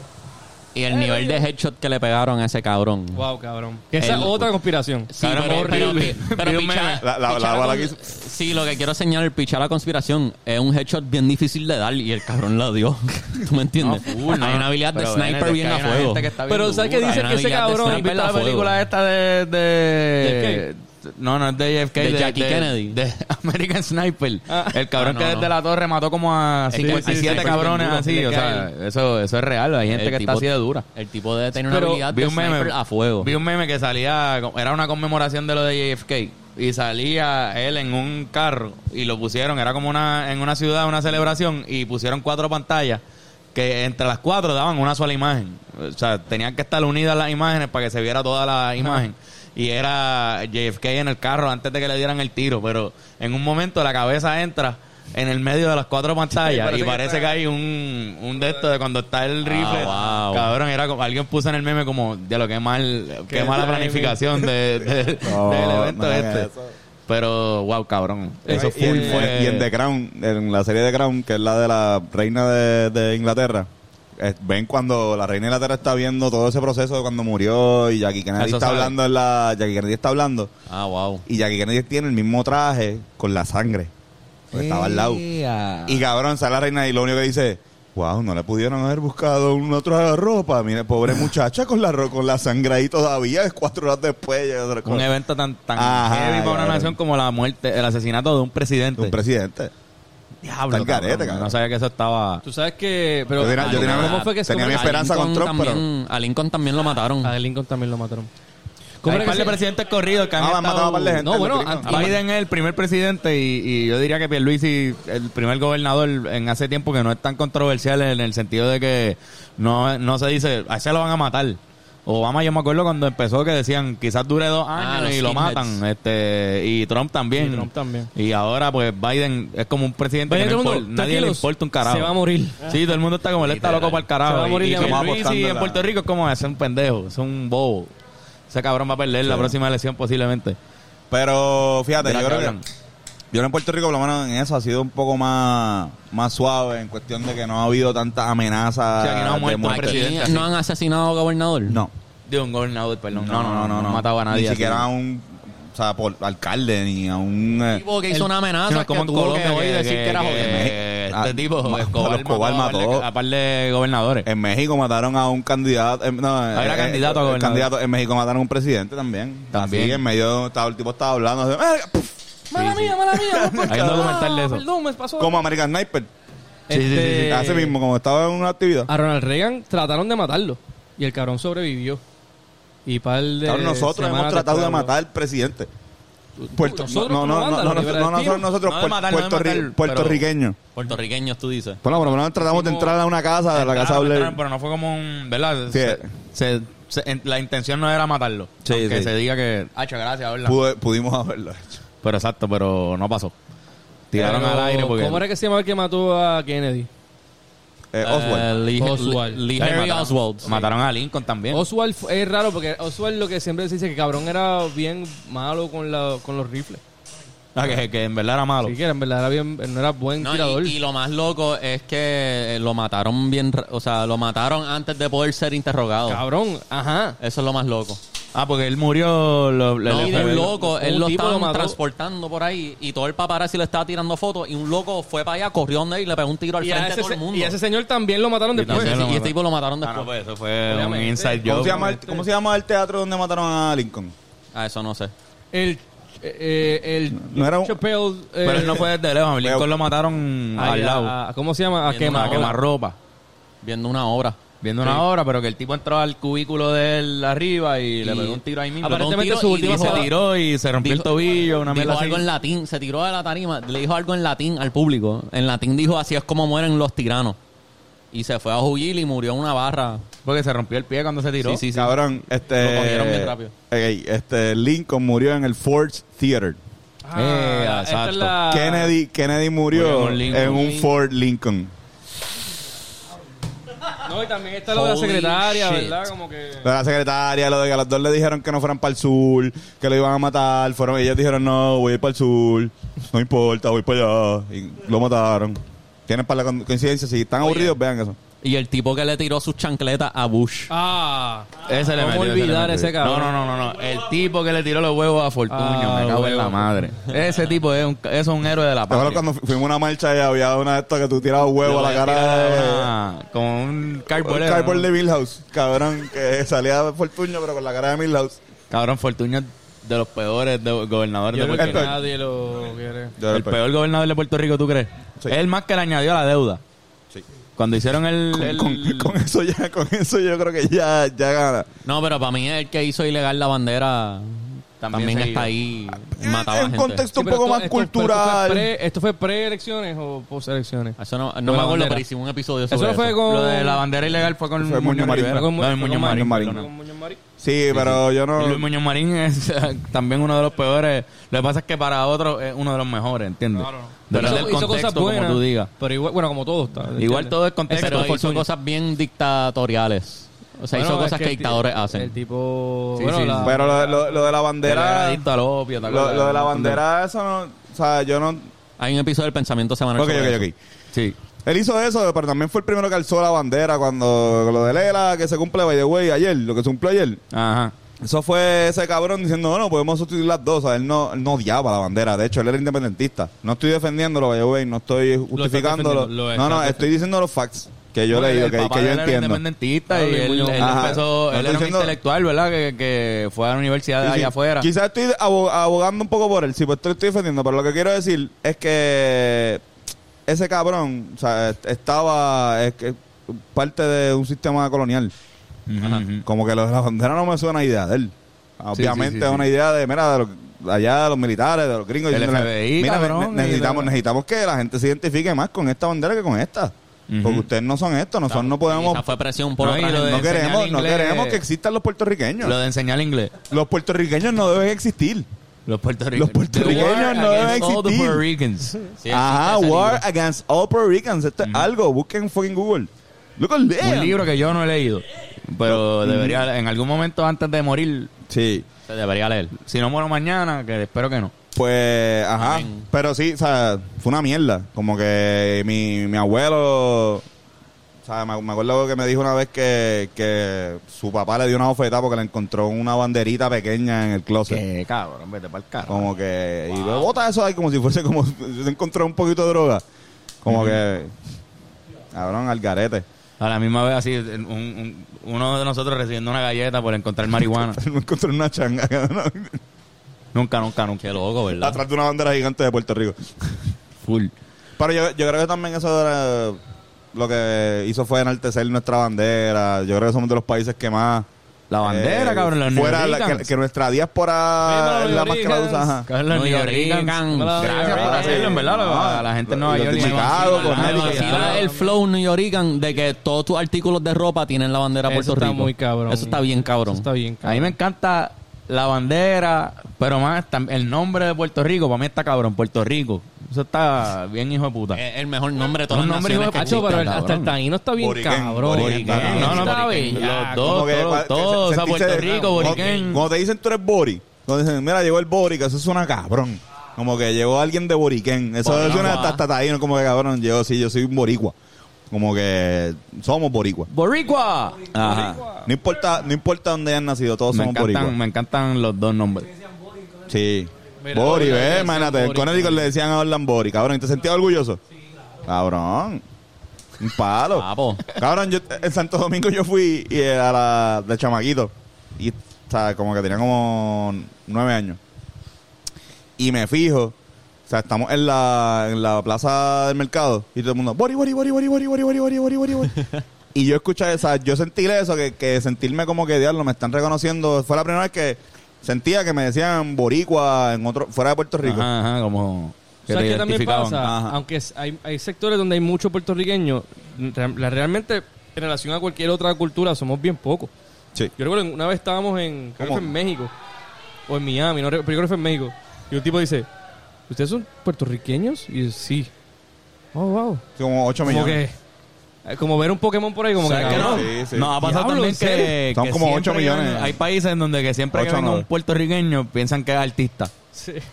Speaker 4: Y el nivel de headshot que le pegaron a ese cabrón.
Speaker 5: Wow, cabrón. Que esa
Speaker 4: El-
Speaker 5: es otra conspiración.
Speaker 4: Sí,
Speaker 1: Cabrón,
Speaker 4: pero, pero,
Speaker 1: horrible.
Speaker 4: pero
Speaker 1: Vi un
Speaker 4: pichar-
Speaker 1: meme.
Speaker 3: La- la- la
Speaker 4: pichar
Speaker 3: bala
Speaker 4: con-
Speaker 3: que hizo.
Speaker 4: Sí, lo que quiero señalar, pichar la conspiración es un headshot bien difícil de dar y el cabrón la dio. ¿Tú me entiendes?
Speaker 1: No, full, no.
Speaker 4: Hay una habilidad de
Speaker 1: Pero,
Speaker 4: sniper
Speaker 1: Benedict,
Speaker 4: bien
Speaker 1: hay
Speaker 4: a
Speaker 1: una
Speaker 4: fuego.
Speaker 1: gente que está bien
Speaker 5: Pero ¿sabes qué
Speaker 1: dura.
Speaker 5: dice
Speaker 4: Hay
Speaker 5: que ese
Speaker 4: habilidad de
Speaker 5: cabrón?
Speaker 4: sniper
Speaker 1: ¿Has visto
Speaker 4: a
Speaker 1: la
Speaker 4: fuego.
Speaker 1: película esta de, de- No, no es de JFK.
Speaker 4: De Jackie Kennedy.
Speaker 1: De American Sniper.
Speaker 5: Ah.
Speaker 1: El cabrón
Speaker 4: Ah, no,
Speaker 1: que desde
Speaker 4: no.
Speaker 1: la torre mató como a
Speaker 4: Sí, sí, sí,
Speaker 1: 57
Speaker 4: sí, sí,
Speaker 1: cabrones
Speaker 4: sí, sí,
Speaker 1: así.
Speaker 4: sí,
Speaker 1: O
Speaker 4: sí,
Speaker 1: sea,
Speaker 4: sí,
Speaker 1: eso, eso es real. Hay gente
Speaker 4: El
Speaker 1: que está
Speaker 4: tipo-
Speaker 1: así de dura.
Speaker 4: El tipo debe tener una
Speaker 5: Pero
Speaker 4: habilidad
Speaker 1: Vi
Speaker 4: de
Speaker 1: un meme
Speaker 4: sniper a fuego.
Speaker 1: Vi un meme que salía, era una conmemoración de lo de JFK y salía él en un carro y lo pusieron, era como una en una ciudad, una celebración y pusieron cuatro pantallas que entre las cuatro daban una sola imagen. O sea, tenían que estar unidas las imágenes para que se viera toda la imagen. Y era JFK en el carro antes de que le dieran el tiro, pero en un momento la cabeza entra en el medio de las cuatro pantallas
Speaker 2: parece
Speaker 1: y
Speaker 2: que
Speaker 1: parece que,
Speaker 2: está-
Speaker 1: hay un, un de esto de cuando está el
Speaker 3: Ah,
Speaker 1: rifle.
Speaker 4: wow.
Speaker 1: Cabrón, era como, alguien puso en el meme como, de lo que mal, qué
Speaker 5: Qué
Speaker 1: mala
Speaker 5: timing".
Speaker 1: planificación de, de-
Speaker 3: No,
Speaker 1: del evento
Speaker 3: no,
Speaker 1: este.
Speaker 3: eso.
Speaker 1: Pero, wow, cabrón. Eso
Speaker 3: y,
Speaker 1: full eh.
Speaker 3: en,
Speaker 1: fue.
Speaker 3: y en The Crown, en la serie de Crown, que es la de la reina de, de Inglaterra, eh, ven cuando la reina de Inglaterra está viendo todo ese proceso de cuando murió y Jackie Kennedy
Speaker 1: Eso
Speaker 3: está
Speaker 1: sabe.
Speaker 3: hablando en la Jackie Kennedy está hablando
Speaker 4: Ah, wow.
Speaker 3: y Jackie Kennedy tiene el mismo traje con la sangre porque estaba al lado
Speaker 1: Ah.
Speaker 3: y cabrón sale la reina y lo único que dice wow no le pudieron haber buscado una otra ropa mire pobre muchacha con la ro- con la sangre ahí todavía es cuatro horas después ya otra
Speaker 1: un
Speaker 3: cosa.
Speaker 1: evento tan, tan
Speaker 3: Ajá,
Speaker 1: heavy para una
Speaker 3: cabrón.
Speaker 1: nación como la muerte, el asesinato de un presidente.
Speaker 3: un presidente Está
Speaker 1: Diablo.
Speaker 3: el garete,
Speaker 1: cabrón,
Speaker 3: cabrón.
Speaker 1: No sabía que eso estaba.
Speaker 5: Tú sabes que. Pero,
Speaker 3: Yo tenía- yo tenía-
Speaker 5: ¿Cómo fue que
Speaker 3: tenía
Speaker 5: sobre-
Speaker 3: mi esperanza
Speaker 4: A
Speaker 3: con
Speaker 4: Lincoln
Speaker 3: Trump, pero-
Speaker 4: también- A Lincoln también lo mataron.
Speaker 5: A Lincoln también lo mataron.
Speaker 1: Hay
Speaker 5: era
Speaker 1: un
Speaker 5: que
Speaker 1: par de
Speaker 5: se-
Speaker 1: presidentes corridos que han
Speaker 3: Ah, han
Speaker 1: estado-
Speaker 3: matado a un par de gente.
Speaker 5: No,
Speaker 3: en los
Speaker 5: bueno,
Speaker 3: Clintons.
Speaker 5: antes- Y-
Speaker 1: Biden es el primer presidente y, y yo diría que Pierluisi, el primer gobernador en hace tiempo que no es tan controversial en el sentido de que no, no se dice, a ese lo van a matar. Obama, yo me acuerdo cuando empezó que decían, quizás dure dos
Speaker 4: Ah,
Speaker 1: años
Speaker 4: los
Speaker 1: y lo
Speaker 4: skinheads.
Speaker 1: matan. este Y Trump también.
Speaker 5: Y Trump también.
Speaker 1: Y ahora, pues, Biden es como un presidente
Speaker 5: Vaya
Speaker 1: que no
Speaker 5: todo el
Speaker 1: impor-
Speaker 5: mundo,
Speaker 1: nadie le
Speaker 5: tranquilos,
Speaker 1: importa un carajo.
Speaker 5: Se va a morir.
Speaker 1: Sí, todo el mundo está como él está loco para el carajo.
Speaker 5: Se va a morir
Speaker 1: y, y
Speaker 5: de hambre.
Speaker 1: Pierluisi
Speaker 3: Apostando
Speaker 1: en
Speaker 3: la-
Speaker 1: Puerto Rico es como es un pendejo, es un bobo. Ese cabrón va a perder la
Speaker 3: Sí.
Speaker 1: próxima elección posiblemente.
Speaker 3: Pero fíjate,
Speaker 1: De la
Speaker 3: yo
Speaker 1: que
Speaker 3: creo que
Speaker 1: hablan.
Speaker 3: yo en Puerto Rico, por lo menos en eso, ha sido un poco más, más suave en cuestión de que no ha habido tanta amenaza.
Speaker 1: O sea, que no ha
Speaker 3: de
Speaker 1: muerto
Speaker 3: muerte.
Speaker 1: presidente.
Speaker 4: Aquí no han asesinado gobernador.
Speaker 3: No.
Speaker 1: De un gobernador, perdón.
Speaker 3: No, no, no, no.
Speaker 1: No mataba a nadie.
Speaker 3: Ni
Speaker 1: así.
Speaker 3: siquiera a un o sea, por alcalde, ni a un. eh,
Speaker 4: tipo que
Speaker 1: El-
Speaker 4: hizo una amenaza
Speaker 1: sino
Speaker 4: que tuvo que hoy decir que, era joven.
Speaker 1: que
Speaker 3: Ah,
Speaker 1: Este tipo,
Speaker 3: ma-
Speaker 1: Escobar,
Speaker 3: Escobar
Speaker 1: mató,
Speaker 3: mató. Eh,
Speaker 1: a par de- a par de gobernadores.
Speaker 3: en México mataron a un candidato. eh, no,
Speaker 1: Ah, era
Speaker 3: eh,
Speaker 1: candidato a
Speaker 3: eh,
Speaker 1: gobernador.
Speaker 3: candidato. En México mataron a un presidente también.
Speaker 1: También.
Speaker 3: Así, en medio. estaba- El tipo estaba hablando. así, "Eh, puf",
Speaker 5: Mala mía, mala mía. no,
Speaker 1: Hay un documental de eso.
Speaker 5: Perdón, me pasó.
Speaker 3: como American Sniper.
Speaker 1: Sí, sí, sí, sí.
Speaker 5: Este,
Speaker 3: Hace Ah, mismo, como estaba en una actividad.
Speaker 1: ah,
Speaker 5: A Ronald Reagan trataron de matarlo. Y el cabrón sobrevivió. Y par de.
Speaker 3: Cabrón, nosotros
Speaker 5: semanas
Speaker 3: hemos tratado de
Speaker 5: después,
Speaker 3: matar al presidente. Puerto,
Speaker 5: nosotros
Speaker 3: no,
Speaker 5: como
Speaker 3: no,
Speaker 5: banda,
Speaker 3: no, no,
Speaker 5: los
Speaker 3: no, no, nosotros,
Speaker 5: liberales.
Speaker 3: nosotros
Speaker 1: No de
Speaker 3: puer-
Speaker 1: matar, no de
Speaker 3: puerto,
Speaker 1: matar,
Speaker 3: ri- puertorriqueños.
Speaker 4: Puertorriqueños, tú dices.
Speaker 3: Bueno, por lo menos tratamos de
Speaker 5: Hicimos-
Speaker 3: entrar a una casa, de la casa de
Speaker 1: Entraron,
Speaker 3: Blair.
Speaker 1: entraron, Pero no fue como un. ¿Verdad?
Speaker 3: Sí.
Speaker 1: Se- se- se- en- la intención no era matarlo.
Speaker 3: Sí,
Speaker 1: aunque
Speaker 3: sí.
Speaker 1: se diga que. Ah, gracias, ¿verdad?
Speaker 3: Pude- pudimos haberlo hecho.
Speaker 1: Pero exacto, pero no pasó. Tiraron
Speaker 5: Pero,
Speaker 1: al aire porque.
Speaker 5: ¿Cómo era que se llamaba el que mató a Kennedy?
Speaker 3: Eh, Oswald.
Speaker 4: Eh, Lee,
Speaker 5: Oswald.
Speaker 4: Lee- Lee
Speaker 1: Mataron-
Speaker 4: Harry Oswald.
Speaker 1: Mataron a Lincoln también.
Speaker 5: Oswald fu- es raro porque Oswald lo que siempre se dice que cabrón era bien malo con, la, con los rifles.
Speaker 1: Ah, que, que en verdad era malo.
Speaker 5: Si que era, en verdad era bien, no era buen
Speaker 4: No, y-
Speaker 5: tirador.
Speaker 4: y, lo más loco es que eh, lo mataron bien, ra- o sea, lo mataron antes de poder ser interrogado.
Speaker 5: Cabrón, ajá.
Speaker 4: Eso es lo más loco.
Speaker 1: Ah, porque él murió. Lo, lo-
Speaker 4: No,
Speaker 1: el
Speaker 4: y
Speaker 1: FBI.
Speaker 4: un loco, él
Speaker 5: un
Speaker 4: lo
Speaker 5: tipo lo
Speaker 4: estaban
Speaker 5: mató.
Speaker 4: transportando por ahí y todo el paparazzi le estaba tirando fotos y un loco fue para allá, corrió donde él y le pegó un tiro al
Speaker 5: Y a,
Speaker 4: frente de
Speaker 5: ese,
Speaker 4: todo el
Speaker 5: se-
Speaker 4: mundo.
Speaker 5: y a ese señor también lo mataron después.
Speaker 1: también lo
Speaker 4: y
Speaker 1: mataron.
Speaker 4: este tipo lo mataron
Speaker 1: Ah,
Speaker 4: después.
Speaker 1: no, pues eso fue un
Speaker 5: Obviamente.
Speaker 1: inside
Speaker 3: ¿Cómo, se
Speaker 1: joke.
Speaker 3: llama el, cómo se llama el teatro donde mataron a Lincoln?
Speaker 4: Ah, eso no sé.
Speaker 5: El, eh, el
Speaker 3: No era un-
Speaker 5: Chappelle, eh,
Speaker 1: Pero él no fue desde lejos. a Lincoln
Speaker 3: Pero-
Speaker 1: lo mataron
Speaker 5: a-
Speaker 1: al lado.
Speaker 5: a- ¿Cómo se llama? A
Speaker 4: Viendo
Speaker 5: quemar.
Speaker 1: a quemar ropa.
Speaker 4: Viendo una obra.
Speaker 1: Viendo una obra, pero que el tipo entró al cubículo de él arriba y, le pegó un tiro ahí mismo.
Speaker 4: Le pegó un
Speaker 5: Aparentemente
Speaker 4: tiro
Speaker 5: su
Speaker 4: y
Speaker 5: última
Speaker 1: Y
Speaker 4: dijo-
Speaker 1: se tiró y se rompió
Speaker 4: dijo-
Speaker 1: el tobillo, una
Speaker 4: dijo
Speaker 1: mierda así.
Speaker 4: algo en latín, se tiró de la tarima, le dijo algo en latín al público. En latín dijo, así es como mueren los tiranos. Y se fue a huir y murió en una barra.
Speaker 1: Porque se rompió el pie cuando se tiró.
Speaker 4: Sí, sí, sí.
Speaker 3: Cabrón, este.
Speaker 4: Lo cogieron bien rápido.
Speaker 3: ok, este, Lincoln murió en el Ford Theater.
Speaker 5: Ah,
Speaker 1: Eh,
Speaker 5: esta es
Speaker 1: exacto.
Speaker 4: Ah.
Speaker 5: la-
Speaker 3: Kennedy, Kennedy murió,
Speaker 1: Murió en un Lincoln.
Speaker 3: en un Ford Lincoln.
Speaker 5: No, y también está lo de la
Speaker 4: Holy
Speaker 5: secretaria,
Speaker 4: shit.
Speaker 5: ¿verdad? Como que...
Speaker 3: Lo de la secretaria, lo de que a los dos le dijeron que no fueran para el sur, que lo iban a matar. Fueron, ellos dijeron, no, voy a ir para el sur, no importa, voy para allá. Y lo mataron. Tienen para la con- coincidencia, si están aburridos, vean eso.
Speaker 4: Y el tipo que le tiró sus chancletas a Bush.
Speaker 5: Ah,
Speaker 1: Ese le
Speaker 5: ¿Cómo
Speaker 1: metió, ese
Speaker 5: olvidar
Speaker 1: le metió.
Speaker 5: ese cabrón?
Speaker 1: No, no, no, no, no. El tipo que le tiró los huevos a Fortunio,
Speaker 5: Ah,
Speaker 1: me cago en
Speaker 5: huevo.
Speaker 1: la madre. Ese tipo es un, es un héroe de la
Speaker 4: Ah,
Speaker 3: ¿Te acuerdas
Speaker 1: patria.
Speaker 3: cuando fu- fuimos a una marcha y había una de estas que tú tirabas huevo a la cara de...
Speaker 1: Una- con un
Speaker 3: Un
Speaker 1: cardboard.
Speaker 3: cardboard de Milhouse, cabrón, que salía Fortunio pero con la cara de Milhouse.
Speaker 1: Cabrón, Fortunio es de los peores de- gobernadores
Speaker 5: yo
Speaker 1: de
Speaker 5: creo
Speaker 1: Puerto
Speaker 5: que
Speaker 1: Rico.
Speaker 5: nadie lo quiere.
Speaker 3: Yo era
Speaker 1: El peor gobernador de Puerto Rico, ¿tú crees?
Speaker 3: Sí.
Speaker 1: Es el más que le añadió a la deuda.
Speaker 3: Sí.
Speaker 1: Cuando hicieron el...
Speaker 3: Con,
Speaker 1: el-
Speaker 3: con- con eso ya, con eso yo creo que ya, ya gana.
Speaker 4: No, pero para mí el que hizo ilegal la bandera
Speaker 1: También
Speaker 4: también,
Speaker 1: se
Speaker 4: está
Speaker 1: hizo.
Speaker 4: ahí.
Speaker 3: En
Speaker 4: Mataba
Speaker 3: un
Speaker 4: gente.
Speaker 3: contexto
Speaker 5: Sí,
Speaker 3: un
Speaker 5: pero
Speaker 3: poco
Speaker 5: esto-
Speaker 3: más
Speaker 5: esto-
Speaker 3: cultural.
Speaker 5: pero ¿Esto fue pre- esto fue pre-elecciones o post-elecciones?
Speaker 4: Eso no,
Speaker 5: Lo
Speaker 4: no
Speaker 5: de
Speaker 4: me
Speaker 5: la
Speaker 4: acuerdo,
Speaker 5: bandera.
Speaker 4: pero hicimos un episodio
Speaker 5: Eso
Speaker 4: sobre
Speaker 5: no fue con...
Speaker 1: Lo de la bandera ilegal fue con
Speaker 3: Fue Muñoz
Speaker 1: Muñoz Marín.
Speaker 3: Marín.
Speaker 1: Rivera.
Speaker 5: Fue con Mu-
Speaker 1: No,
Speaker 5: fue
Speaker 1: es
Speaker 5: con
Speaker 1: Muñoz
Speaker 5: Marín.
Speaker 1: Marín.
Speaker 3: Marín.
Speaker 1: perdona.
Speaker 5: con Muñoz Marín.
Speaker 3: sí, pero yo no...
Speaker 1: Luis Muñoz Marín es también uno de los peores. Lo que pasa es que para otro es uno de los mejores, ¿entiendes?
Speaker 5: Claro.
Speaker 1: Depende
Speaker 5: Hizo-
Speaker 1: del
Speaker 5: hizo
Speaker 1: contexto, como tú digas.
Speaker 5: Pero igual, bueno, como todo está.
Speaker 1: Igual todo es contexto.
Speaker 4: Pero hizo
Speaker 1: Fortunio.
Speaker 4: cosas bien dictatoriales. O sea, hizo cosas que, dictadores hacen.
Speaker 5: El tipo...
Speaker 1: Sí,
Speaker 5: bueno,
Speaker 1: sí,
Speaker 5: la-
Speaker 3: Pero lo, lo- lo de la
Speaker 1: Que le era
Speaker 3: bandera...
Speaker 1: adicto al opio, ¿te
Speaker 3: Lo,
Speaker 1: acuerdas?
Speaker 3: lo de la
Speaker 1: Un montón
Speaker 3: bandera, eso no... O sea, yo no...
Speaker 4: Hay un episodio del Pensamiento Semanal.
Speaker 3: Ok,
Speaker 4: sobre
Speaker 3: ok,
Speaker 4: eso.
Speaker 3: ok.
Speaker 1: Sí.
Speaker 3: Él hizo eso, pero también fue el primero que alzó la bandera cuando lo de Lela, que se cumple, by the way, ayer, lo que se cumplió ayer.
Speaker 1: Ajá.
Speaker 3: Eso fue ese cabrón diciendo, no, no, podemos sustituir las dos. O sea, él no, él no odiaba la bandera. De hecho, él era independentista. No estoy defendiéndolo, by the way, no estoy justificándolo.
Speaker 5: defendiendo, lo
Speaker 3: no, no,
Speaker 5: estás
Speaker 3: estoy diciendo los facts que yo
Speaker 1: Porque
Speaker 3: leí,
Speaker 1: el
Speaker 3: que,
Speaker 1: papá
Speaker 3: que
Speaker 1: de
Speaker 3: yo
Speaker 1: él era
Speaker 3: entiendo.
Speaker 1: independentista y
Speaker 5: Luis
Speaker 1: él,
Speaker 5: Muñoz.
Speaker 1: él
Speaker 3: Ajá. No
Speaker 1: empezó... Él
Speaker 3: estoy
Speaker 1: era un
Speaker 3: diciendo-
Speaker 1: intelectual, ¿verdad? Que, que fue a la universidad de
Speaker 3: Sí, sí.
Speaker 1: allá afuera.
Speaker 3: Quizás estoy abo- abogando un poco por él, sí, pues te lo estoy defendiendo, pero lo que quiero decir es que ese cabrón o sea, est- estaba es que, parte de un sistema colonial. Como que lo de la bandera no me suena a idea de él. Obviamente
Speaker 1: Mm. sí, sí,
Speaker 3: es
Speaker 1: sí.
Speaker 3: una idea de, mira, de los- allá de los militares, de los gringos.
Speaker 1: El
Speaker 3: diciéndole,
Speaker 1: FBI,
Speaker 3: mira, ne-
Speaker 1: cabrón,
Speaker 3: necesitamos,
Speaker 1: y-
Speaker 3: necesitamos que la gente se identifique más con esta bandera que con esta.
Speaker 1: Ujú.
Speaker 3: Porque ustedes no son esto, nosotros no podemos...
Speaker 4: Quizás fue presión por
Speaker 1: No, y
Speaker 4: otra
Speaker 1: lo de-
Speaker 4: gente.
Speaker 3: No queremos, no
Speaker 1: enseñar inglés.
Speaker 3: queremos que existan los puertorriqueños.
Speaker 1: Lo de enseñar inglés.
Speaker 3: Los puertorriqueños no deben existir.
Speaker 1: Los puertorriqueños.
Speaker 3: Los puertorriqueños
Speaker 1: The war
Speaker 3: no deben
Speaker 1: against all the
Speaker 3: existir.
Speaker 1: Puerto Ricans.
Speaker 4: Sí,
Speaker 3: Ajá,
Speaker 4: existe ese
Speaker 3: War
Speaker 4: libro.
Speaker 3: Against All Puerto Ricans. Esto es algo. Busquen en fucking Google. Look at that.
Speaker 1: Un libro que yo no he leído. Pero debería, en algún momento antes de morir,
Speaker 3: Sí.
Speaker 4: Se debería leer.
Speaker 1: si no muero mañana, que espero que no.
Speaker 3: Pues, ajá.
Speaker 4: Amén.
Speaker 3: Pero sí, o sea, fue una mierda. Como que mi, mi abuelo. O sea, me, me acuerdo que me dijo una vez que, que su papá le dio una oferta porque le encontró una banderita pequeña en el closet.
Speaker 1: Que cabrón, vete para el carro.
Speaker 3: Como que. Y luego bota eso ahí como si fuese como. Se encontró un poquito de droga. Como que. Cabrón, al garete.
Speaker 1: A la misma vez, así, un- un- uno de nosotros recibiendo una galleta por encontrar marihuana.
Speaker 3: Me encontró una changa. cabrón.
Speaker 1: nunca, nunca, nunca.
Speaker 4: Qué loco, ¿verdad?
Speaker 3: Atrás de una bandera gigante de Puerto Rico.
Speaker 1: Full.
Speaker 3: Pero yo, yo creo que también eso era lo que hizo fue enaltecer nuestra bandera. Yo creo que somos de los países que más.
Speaker 1: La bandera,
Speaker 3: eh,
Speaker 1: cabrón, los
Speaker 3: fuera
Speaker 1: New
Speaker 3: la- que,
Speaker 1: Yorkers.
Speaker 3: que nuestra diáspora
Speaker 5: Viva los
Speaker 3: es la más que la
Speaker 5: New
Speaker 3: usa. ajá.
Speaker 1: Cabrón, los
Speaker 4: New
Speaker 1: New
Speaker 4: Yorkers.
Speaker 1: Yorkers. Gracias por
Speaker 3: Yorkers.
Speaker 1: hacerlo, en verdad. lo-
Speaker 3: Ah,
Speaker 1: a la gente de
Speaker 3: y
Speaker 1: Nueva
Speaker 3: los
Speaker 1: York.
Speaker 3: de
Speaker 1: le vacila,
Speaker 3: Chicago,
Speaker 1: le
Speaker 4: Ah,
Speaker 3: Connecticut.
Speaker 1: vacila
Speaker 5: "Ah,
Speaker 4: Vacila el flow New Yorican de que todos tus artículos de ropa tienen la bandera
Speaker 5: Eso
Speaker 4: Puerto
Speaker 5: está
Speaker 4: Rico.
Speaker 5: muy cabrón.
Speaker 4: Eso está bien cabrón.
Speaker 5: Eso está bien, cabrón.
Speaker 1: A mí me encanta la bandera, pero más tam- el nombre de Puerto Rico, para mí está cabrón, Puerto Rico. Eso está bien hijo de puta.
Speaker 4: Es Eh, el mejor nombre de todas
Speaker 1: Un
Speaker 4: las
Speaker 1: nombre
Speaker 4: naciones
Speaker 1: hijo de
Speaker 4: que
Speaker 1: puta,
Speaker 5: Hacho, pero el-
Speaker 4: existen,
Speaker 5: hasta el
Speaker 4: cabrón.
Speaker 5: taíno está bien
Speaker 3: Boriquén,
Speaker 5: cabrón.
Speaker 3: boriquén,
Speaker 5: Está
Speaker 3: boriquén.
Speaker 1: No, no,
Speaker 5: está
Speaker 1: porque
Speaker 5: bellaco.
Speaker 1: los dos,
Speaker 3: Como que
Speaker 1: todos,
Speaker 3: cua-
Speaker 1: todos, o sea,
Speaker 3: sentirse-
Speaker 1: Puerto Rico,
Speaker 3: cuando-
Speaker 1: Boriquén.
Speaker 3: Cuando te dicen tú eres Bori, cuando dicen, mira, llegó el Bori, que eso suena cabrón. Como que llegó alguien de Boriquén. Eso
Speaker 4: Boricua.
Speaker 3: suena hasta, hasta taíno, como que cabrón. Yo sí, yo soy un Boricua. Como que somos Boricua.
Speaker 1: ¡Boricua!
Speaker 3: Ajá. No importa, no importa dónde hayan nacido, todos
Speaker 1: Me
Speaker 3: somos Boricua.
Speaker 1: encantan, me encantan los dos nombres.
Speaker 3: Sí.
Speaker 5: Mira, Bori,
Speaker 3: Bori,
Speaker 5: le
Speaker 3: ve,
Speaker 5: decían
Speaker 3: imagínate. En
Speaker 5: Bori,
Speaker 3: Connecticut le decían a Orlan Bori, cabrón. ¿Y te sentías orgulloso? Cabrón. Un palo.
Speaker 4: Papo.
Speaker 3: Cabrón, yo en Santo Domingo yo fui y, eh, a la de chamaquito. Y o sea, como que tenía como nueve años. Y me fijo. O sea, estamos en la, en la plaza del mercado y todo el mundo, Bori, Bori, Bori, Bori, Bori, Bori, Bori, Bori, Bori, Bori, Bori. Y yo escuché, o sea, yo sentí eso, que, que sentirme como que, diablo, me están reconociendo. Fue la primera vez que sentía que me decían boricua en otro, fuera de Puerto Rico.
Speaker 1: Ajá, ajá, como que
Speaker 5: ¿Sabes
Speaker 1: te
Speaker 5: qué también
Speaker 1: identificaban.
Speaker 5: pasa?
Speaker 3: Ajá.
Speaker 5: Aunque es- hay, hay sectores donde hay mucho puertorriqueño, re- la- realmente en relación a cualquier otra cultura somos bien pocos.
Speaker 3: Sí.
Speaker 5: Yo recuerdo que una vez estábamos en, creo que
Speaker 3: ¿Cómo?
Speaker 5: fue en México, o en Miami, no, recuerdo, pero yo creo que fue en México, y un tipo dice, ¿ustedes son puertorriqueños? Y yo, sí. Oh, wow.
Speaker 3: Como 8
Speaker 5: Como
Speaker 3: millones.
Speaker 5: que, eh, como ver un Pokémon por ahí, como que... "Ah,
Speaker 1: ¿Sabes que no?
Speaker 5: cabrón.
Speaker 3: Sí, sí.
Speaker 1: Nos ha pasado
Speaker 5: Diablo,
Speaker 1: también
Speaker 5: ¿en serio?
Speaker 1: que,
Speaker 3: Son
Speaker 1: que
Speaker 3: como ocho
Speaker 1: siempre que
Speaker 3: millones.
Speaker 1: ven- hay países en donde que siempre que
Speaker 3: Ocho,
Speaker 1: ven a un
Speaker 3: nueve.
Speaker 1: puertorriqueño piensan que es artista.
Speaker 5: Sí.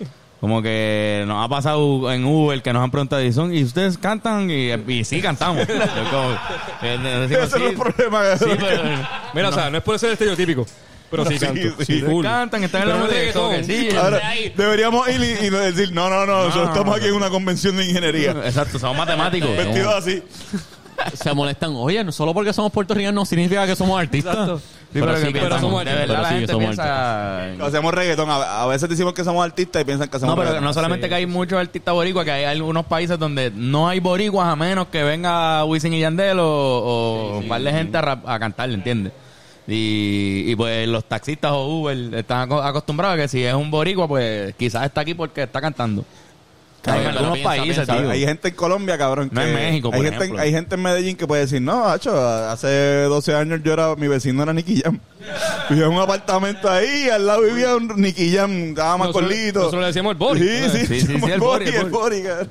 Speaker 1: Como que nos ha pasado en Uber que nos han preguntado y son, y ustedes cantan y, y sí cantamos. Yo como, eh,
Speaker 3: Ese
Speaker 1: decimos,
Speaker 3: es
Speaker 1: sí,
Speaker 3: el problema.
Speaker 1: sí, pero-
Speaker 5: Mira, o sea, no es por ser estereotípico, pero sí,
Speaker 3: Sí,
Speaker 5: canto.
Speaker 3: sí.
Speaker 5: Sí,
Speaker 1: ustedes
Speaker 5: full.
Speaker 1: cantan, están en la
Speaker 5: Pero no tiene
Speaker 1: música que toquen,
Speaker 5: son.
Speaker 1: sí,
Speaker 3: Ahora, deberíamos ir y, y decir, no, no, no, nosotros
Speaker 1: no,
Speaker 3: estamos
Speaker 1: no,
Speaker 3: aquí en una convención de ingeniería.
Speaker 1: Exacto, somos matemáticos.
Speaker 4: Eh,
Speaker 3: Vestidos así.
Speaker 4: Se molestan. Oye, no solo porque somos puertorriqueños no significa que somos artistas.
Speaker 5: Exacto.
Speaker 1: Sí, pero, que piensan,
Speaker 5: somos
Speaker 1: de
Speaker 5: artistas.
Speaker 1: verdad la
Speaker 4: Pero sí,
Speaker 1: gente
Speaker 4: somos
Speaker 1: piensa...
Speaker 3: Hacemos reggaetón. A, a veces decimos que somos artistas y piensan que hacemos
Speaker 1: No, pero
Speaker 3: reggaetón.
Speaker 1: no solamente
Speaker 5: Sí,
Speaker 1: que hay muchos artistas boricuas, que hay algunos países donde no hay boricuas a menos que venga Wisin y Yandel o, o un par de gente a, rap- a cantar, ¿entiendes? Y, y, pues los taxistas o Uber están aco- acostumbrados a que si es un boricua, pues quizás está aquí porque está cantando.
Speaker 4: Claro,
Speaker 1: hay en
Speaker 4: pero
Speaker 1: algunos
Speaker 4: piensa,
Speaker 1: países,
Speaker 4: piensa.
Speaker 1: tío.
Speaker 3: Hay gente en Colombia, cabrón.
Speaker 1: No,
Speaker 3: que-
Speaker 1: en México, por
Speaker 3: hay gente,
Speaker 1: ejemplo.
Speaker 3: hay gente en Medellín que puede decir, no, hacho, hace 12 años yo era, mi vecino era Nicky Jam. Vivía en un apartamento ahí, al lado vivía un Nicky Jam, estaba más
Speaker 5: Nosotros-
Speaker 3: colito.
Speaker 5: nosotros le decíamos el Bori.
Speaker 3: Sí, sí,
Speaker 1: Sí, sí, sí,
Speaker 3: somos
Speaker 1: el
Speaker 3: el
Speaker 1: Bori,
Speaker 3: Bori,
Speaker 1: el
Speaker 3: el Bori, cabrón.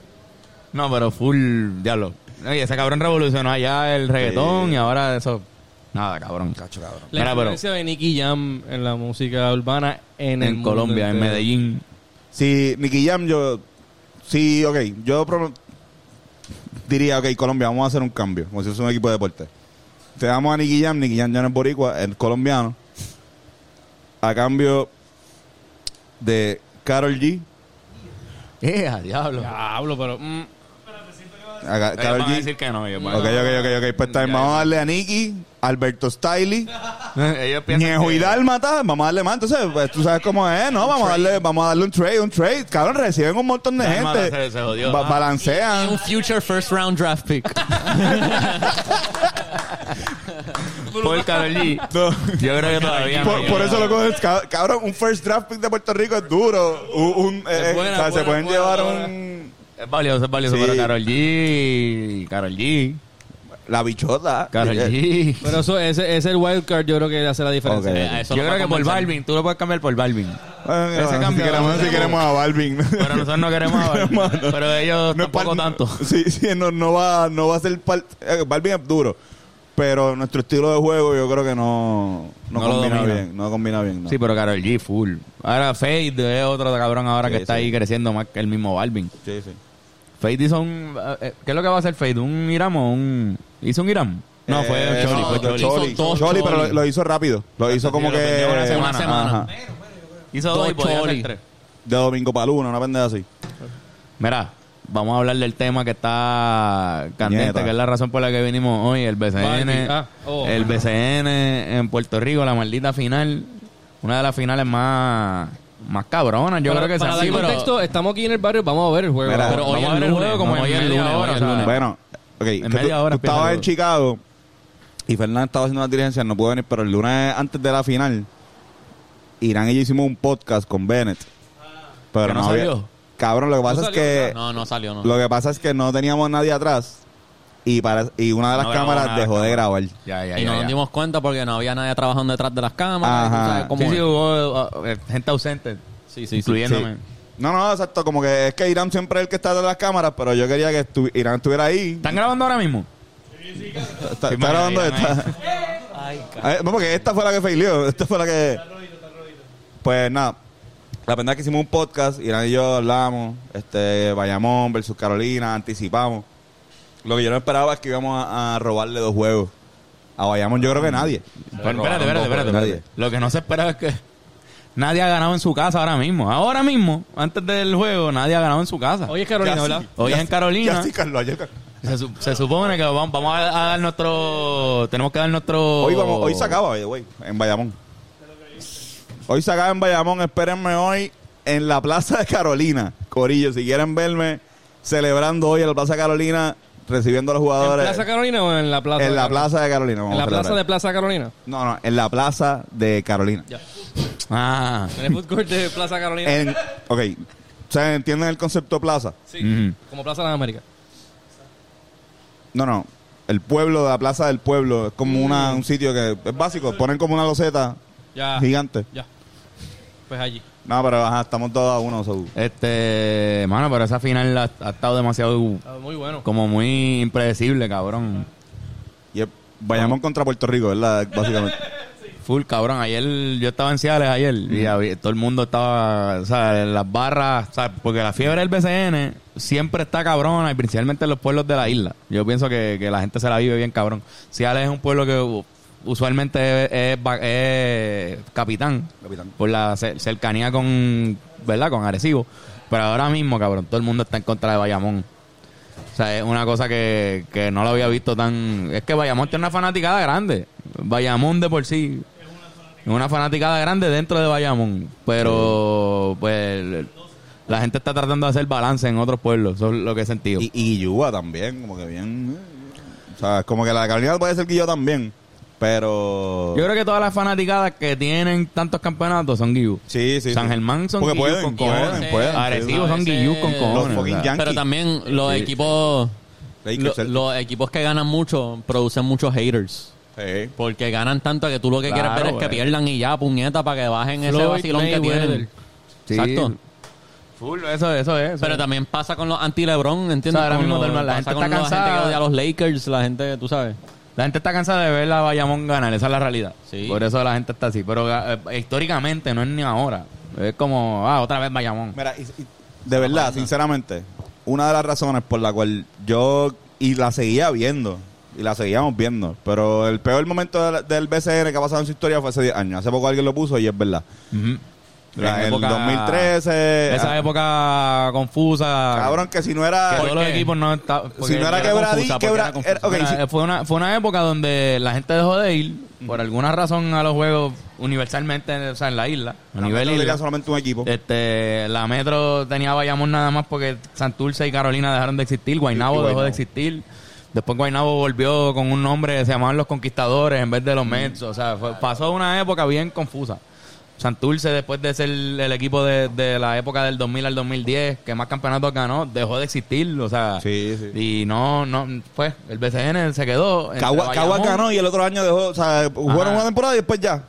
Speaker 1: No, pero full, diablo. Oye, ese cabrón revolucionó allá el reggaetón y ahora eso... Nada, cabrón. Cacho, cabrón.
Speaker 5: La influencia de Nicky Jam en la música urbana en, el
Speaker 1: en
Speaker 5: mundo
Speaker 1: Colombia, en
Speaker 5: entero.
Speaker 1: Medellín.
Speaker 3: Sí, Nicky Jam, yo. Sí, ok. Yo pro- diría, ok, Colombia, vamos a hacer un cambio. Como si fuese un equipo de deporte. Te damos a Nicky Jam, Nicky Jam ya no es boricua, es colombiano. A cambio de Carol G.
Speaker 1: ¡Eh, diablo!
Speaker 5: Diablo, pero... mm,
Speaker 3: Aga-
Speaker 1: Ellos
Speaker 3: Karol
Speaker 1: van a
Speaker 3: G.
Speaker 1: decir que no. ellos
Speaker 3: Ok,
Speaker 1: van
Speaker 3: ok,
Speaker 1: a-
Speaker 3: ok, ok. Pues también vamos a darle a Nicky, Alberto Stiley,
Speaker 1: Ellos piensan
Speaker 3: Ñejo
Speaker 1: que-
Speaker 3: y Dálmata. Vamos a darle más. Entonces, pues, tú sabes cómo es, ¿no? Vamos a darle, vamos a darle un trade, un trade. Cabrón, reciben un montón de
Speaker 1: Dálmata
Speaker 3: gente.
Speaker 1: se- se jodió.
Speaker 3: Ba-
Speaker 1: Ah.
Speaker 4: Y un
Speaker 3: balancean.
Speaker 4: future first round draft pick.
Speaker 1: Por Karol G. Yo creo que todavía
Speaker 3: Por,
Speaker 1: no
Speaker 3: por
Speaker 1: llega.
Speaker 3: eso lo coges, cab- cabrón, un first draft pick de Puerto Rico es duro. Un, un, eh,
Speaker 1: Es buena,
Speaker 3: o sea, se
Speaker 1: buena,
Speaker 3: pueden
Speaker 1: buena,
Speaker 3: llevar
Speaker 1: buena.
Speaker 3: un...
Speaker 1: Es valioso, es valioso.
Speaker 3: Sí.
Speaker 1: Pero Karol G. Karol G.
Speaker 3: La bichota. Eh,
Speaker 1: Karol G.
Speaker 5: Pero eso, ese, ese el wild card yo creo que hace la diferencia.
Speaker 3: Ok.
Speaker 4: Eh, a eso
Speaker 1: Yo
Speaker 4: no va
Speaker 1: creo
Speaker 4: a
Speaker 1: que por
Speaker 4: convencer.
Speaker 1: Balvin. Tú lo puedes cambiar por Balvin.
Speaker 3: Bueno,
Speaker 1: Ese
Speaker 3: bueno, si
Speaker 1: cambio-
Speaker 3: queremos, si queremos a Balvin.
Speaker 1: Pero nosotros no queremos a Balvin. Pero ellos
Speaker 3: No es
Speaker 1: tampoco
Speaker 3: par-
Speaker 1: tanto.
Speaker 3: Sí, sí, no, no va, no va a ser... Par, eh, Balvin es duro. Pero nuestro estilo de juego yo creo que no, no,
Speaker 1: No lo
Speaker 3: combina
Speaker 1: domina.
Speaker 3: bien. No combina bien. no.
Speaker 1: Sí, pero Karol G, full. Ahora Fade es otro cabrón ahora que
Speaker 3: Sí,
Speaker 1: está
Speaker 3: sí.
Speaker 1: ahí creciendo más que el mismo Balvin.
Speaker 3: sí, sí.
Speaker 1: Fade hizo un... eh, ¿Qué es lo que va a hacer Fade? ¿Un Iram o un...? ¿Hizo un Iram? No,
Speaker 3: Eh,
Speaker 1: fue Choli.
Speaker 4: no,
Speaker 1: fue
Speaker 4: no,
Speaker 1: Choli.
Speaker 4: Choli.
Speaker 3: Choli,
Speaker 4: Hizo dos
Speaker 3: Choli, pero lo,
Speaker 4: Choli.
Speaker 3: lo hizo rápido. Lo hizo como
Speaker 1: lo
Speaker 3: que...
Speaker 1: vendió una semana.
Speaker 3: Ajá.
Speaker 1: Hizo dos y
Speaker 4: Dos
Speaker 1: podía hacer
Speaker 4: Choli.
Speaker 1: tres.
Speaker 3: De domingo para luna, una pendeja así.
Speaker 1: Mira, vamos a hablar del tema que está candente,
Speaker 3: Nieta.
Speaker 1: que es la razón por la que vinimos hoy, el BCN.
Speaker 5: Balvin, ah, oh.
Speaker 1: el BCN en Puerto Rico, la maldita final. Una de las finales más, más cabronas, yo
Speaker 5: Para-
Speaker 1: creo que
Speaker 5: para
Speaker 1: sea
Speaker 5: dar
Speaker 1: así, pero...
Speaker 5: contexto, estamos aquí en el barrio, vamos a ver el juego.
Speaker 3: Mira,
Speaker 4: Pero hoy
Speaker 1: Vamos a
Speaker 4: es
Speaker 1: ver el
Speaker 4: lunes,
Speaker 1: juego como
Speaker 4: vamos,
Speaker 1: en
Speaker 4: hoy es
Speaker 1: media
Speaker 4: lunes,
Speaker 1: hora,
Speaker 4: hoy es
Speaker 1: o sea,
Speaker 4: lunes.
Speaker 3: Bueno, ok. que tú,
Speaker 1: Ah. media
Speaker 3: tú estabas
Speaker 1: hora empieza
Speaker 3: en
Speaker 1: el juego.
Speaker 3: Chicago y Fernández estaba haciendo las dirigencias, no pudo venir, pero el lunes antes de la final, Irán y yo hicimos un podcast con Bennett. Pero
Speaker 1: ¿Que no
Speaker 3: no, había-
Speaker 1: salió?
Speaker 3: Cabrón, lo que pasa es
Speaker 5: salió,
Speaker 3: que
Speaker 4: No, no salió, no.
Speaker 3: lo que pasa es que no teníamos nadie atrás y para y una de las
Speaker 1: No grabó
Speaker 3: cámaras
Speaker 1: nada,
Speaker 3: dejó de
Speaker 1: cámara.
Speaker 3: grabar.
Speaker 1: Ya, ya,
Speaker 4: y
Speaker 1: ya,
Speaker 4: no
Speaker 1: ya.
Speaker 4: nos dimos cuenta porque no había nadie trabajando detrás de las cámaras.
Speaker 3: Ajá.
Speaker 4: tú sabes cómo
Speaker 1: Sí, sí,
Speaker 4: es.
Speaker 1: hubo eh, gente ausente,
Speaker 4: sí, sí, sí.
Speaker 1: incluyéndome.
Speaker 3: Sí. No, no, exacto, como que es que Irán siempre es el que está detrás de las cámaras, pero yo quería que estu- Irán estuviera ahí.
Speaker 1: ¿Están grabando ahora mismo?
Speaker 3: Está, está
Speaker 1: Sí,
Speaker 3: grabando
Speaker 1: Irán ahí.
Speaker 3: esta. Eh, no, porque esta fue la que failió. Esta fue la que. Pues nada. La verdad es que hicimos un podcast, Irán y yo hablamos, este, Bayamón versus Carolina, anticipamos. Lo que yo no esperaba es que íbamos a, a robarle dos juegos. A Bayamón yo creo que nadie.
Speaker 1: Bueno, espérate, espérate, espérate,
Speaker 3: Nadie.
Speaker 1: espérate. Lo que no se esperaba es que nadie ha ganado en su casa ahora mismo. Ahora mismo, antes del juego, nadie ha ganado en su casa.
Speaker 5: Hoy es Carolina, ¿verdad?
Speaker 1: Hoy es en Carolina.
Speaker 3: Ya sí, Carlos, ayer-
Speaker 1: Se, su- se supone que vamos, vamos a, a dar nuestro. Tenemos que dar nuestro.
Speaker 3: Hoy, vamos, hoy se acaba, by the way, en Bayamón. Hoy se acaba en Bayamón, espérenme hoy en la Plaza de Carolina. Corillo, si quieren verme celebrando hoy en la Plaza de Carolina, recibiendo a los
Speaker 5: ¿En
Speaker 3: jugadores.
Speaker 5: Plaza Carolina o en la Plaza?
Speaker 3: En
Speaker 5: de
Speaker 3: la
Speaker 5: Carolina?
Speaker 3: plaza de Carolina. vamos
Speaker 5: En la
Speaker 3: a
Speaker 5: Plaza de
Speaker 3: celebrar.
Speaker 5: Plaza Carolina.
Speaker 3: No, no, en la plaza de Carolina.
Speaker 1: Ah.
Speaker 5: En el food court de Plaza Carolina.
Speaker 3: En, ok, o sea, ¿entienden el concepto plaza?
Speaker 5: Sí.
Speaker 1: Ujú.
Speaker 5: Como Plaza de las Américas.
Speaker 3: No, no, el pueblo, la plaza del pueblo, es como una, un sitio que es básico, ponen como una loseta
Speaker 5: Ya.
Speaker 3: gigante.
Speaker 5: Ya. Pues allí.
Speaker 3: No, pero ajá, estamos todos a uno. so.
Speaker 1: Este. Mano, pero esa final ha, ha estado demasiado.
Speaker 5: Ah, muy bueno.
Speaker 1: Como muy impredecible, cabrón.
Speaker 3: Y es Bayamón contra Puerto Rico, ¿verdad? Básicamente.
Speaker 1: Full, cabrón. Ayer, yo estaba en Ciales ayer y había- todo el mundo estaba, o sea, en las barras, o sea, porque la fiebre del BCN siempre está cabrona y principalmente en los pueblos de la isla. Yo pienso que, que la gente se la vive bien, cabrón. Ciales es un pueblo que u- usualmente es, es va- es capitán
Speaker 3: Capitán.
Speaker 1: por la ce- cercanía con, ¿verdad? Con Arecibo. Pero ahora mismo, cabrón, todo el mundo está en contra de Bayamón. O sea, es una cosa que, que no lo había visto tan... Es que Bayamón tiene una fanaticada grande. Bayamón de por sí. Una fanaticada grande dentro de Bayamón. Pero, pues, la gente está tratando de hacer balance en otros pueblos. Eso es lo que he sentido.
Speaker 3: Y, y Yuba también, como que bien. eh, O sea, es como que la Carolina puede ser que yo también, pero.
Speaker 1: Yo creo que todas las fanaticadas que tienen tantos campeonatos son guiú.
Speaker 3: Sí, sí.
Speaker 1: San
Speaker 3: sí.
Speaker 1: Germán son
Speaker 3: Porque
Speaker 1: guiú
Speaker 3: pueden,
Speaker 1: con
Speaker 3: pueden,
Speaker 1: cojones.
Speaker 3: pueden.
Speaker 1: Arecibo
Speaker 4: sí,
Speaker 1: son
Speaker 4: sí.
Speaker 1: guiú con
Speaker 4: Los
Speaker 1: cojones.
Speaker 3: fucking
Speaker 1: o sea.
Speaker 3: Yankees.
Speaker 4: Pero también los
Speaker 1: Sí.
Speaker 4: equipos.
Speaker 3: Lakers,
Speaker 4: lo-
Speaker 3: Celtics.
Speaker 4: los equipos que ganan mucho producen muchos haters.
Speaker 3: Sí.
Speaker 4: Porque ganan tanto que tú lo
Speaker 1: Claro,
Speaker 4: que
Speaker 1: eh.
Speaker 4: quieres ver es
Speaker 1: güey.
Speaker 4: que pierdan y ya, puñeta, para que bajen ese
Speaker 5: Floyd
Speaker 4: vacilón que
Speaker 5: Mayweather.
Speaker 4: tienen.
Speaker 1: Sí.
Speaker 4: Exacto.
Speaker 1: Full, eso, eso es.
Speaker 4: Pero también pasa con los anti-Lebron, ¿entiendes?
Speaker 1: O sea, ahora
Speaker 4: Con
Speaker 1: mismo
Speaker 4: los-
Speaker 1: todo el mundo- la
Speaker 4: pasa
Speaker 1: gente
Speaker 4: con
Speaker 1: está
Speaker 4: La gente
Speaker 1: cansada.
Speaker 4: que odia a los Lakers, la gente, tú sabes.
Speaker 1: La gente está cansada de ver a Bayamón ganar, esa es la realidad.
Speaker 4: Sí.
Speaker 1: Por eso la gente está así. Pero eh, históricamente no es ni ahora. Es como, ah, otra vez Bayamón.
Speaker 3: Mira, y- y- de verdad, sinceramente, una de las razones por la cual yo y la seguía viendo y la seguíamos viendo, pero el peor momento del, del BCN que ha pasado en su historia fue hace 10 años. Hace poco alguien lo puso y es verdad.
Speaker 1: En
Speaker 3: En el
Speaker 1: época-
Speaker 3: 2013.
Speaker 1: Esa
Speaker 3: ah,
Speaker 1: época confusa.
Speaker 3: Cabrón, Ah, que si no era.
Speaker 1: Que todos los
Speaker 4: qué?
Speaker 1: equipos no estaban.
Speaker 3: Si no era quebradí,
Speaker 1: quebradilla
Speaker 3: quebra- era- ok, si-
Speaker 1: eh, fue, una, fue una época donde la gente dejó de ir por alguna razón a los juegos universalmente, o sea, en la isla. A
Speaker 3: la
Speaker 1: nivel
Speaker 3: Metro tenía
Speaker 1: isla.
Speaker 3: solamente un equipo.
Speaker 1: Este, la Metro tenía Bayamón nada más porque Santurce y Carolina dejaron de existir,
Speaker 3: Y- y
Speaker 1: Guaynabo dejó
Speaker 3: Guaynabo.
Speaker 1: de existir. Después Guaynabo volvió con un nombre, se llamaban Los Conquistadores en vez de
Speaker 3: Mm.
Speaker 1: Los Mets. O sea, fue- pasó una época bien confusa. Santurce, después de ser el equipo de, de la época del 2000 al 2010, que más campeonatos ganó, dejó de existir. O sea,
Speaker 3: Sí, sí.
Speaker 1: y no, no, pues, el BCN se quedó. entre
Speaker 3: Cagua Cagua
Speaker 1: Bayamón-
Speaker 3: ganó y el otro año dejó. O sea, jugaron
Speaker 1: Ajá.
Speaker 3: una temporada y después ya.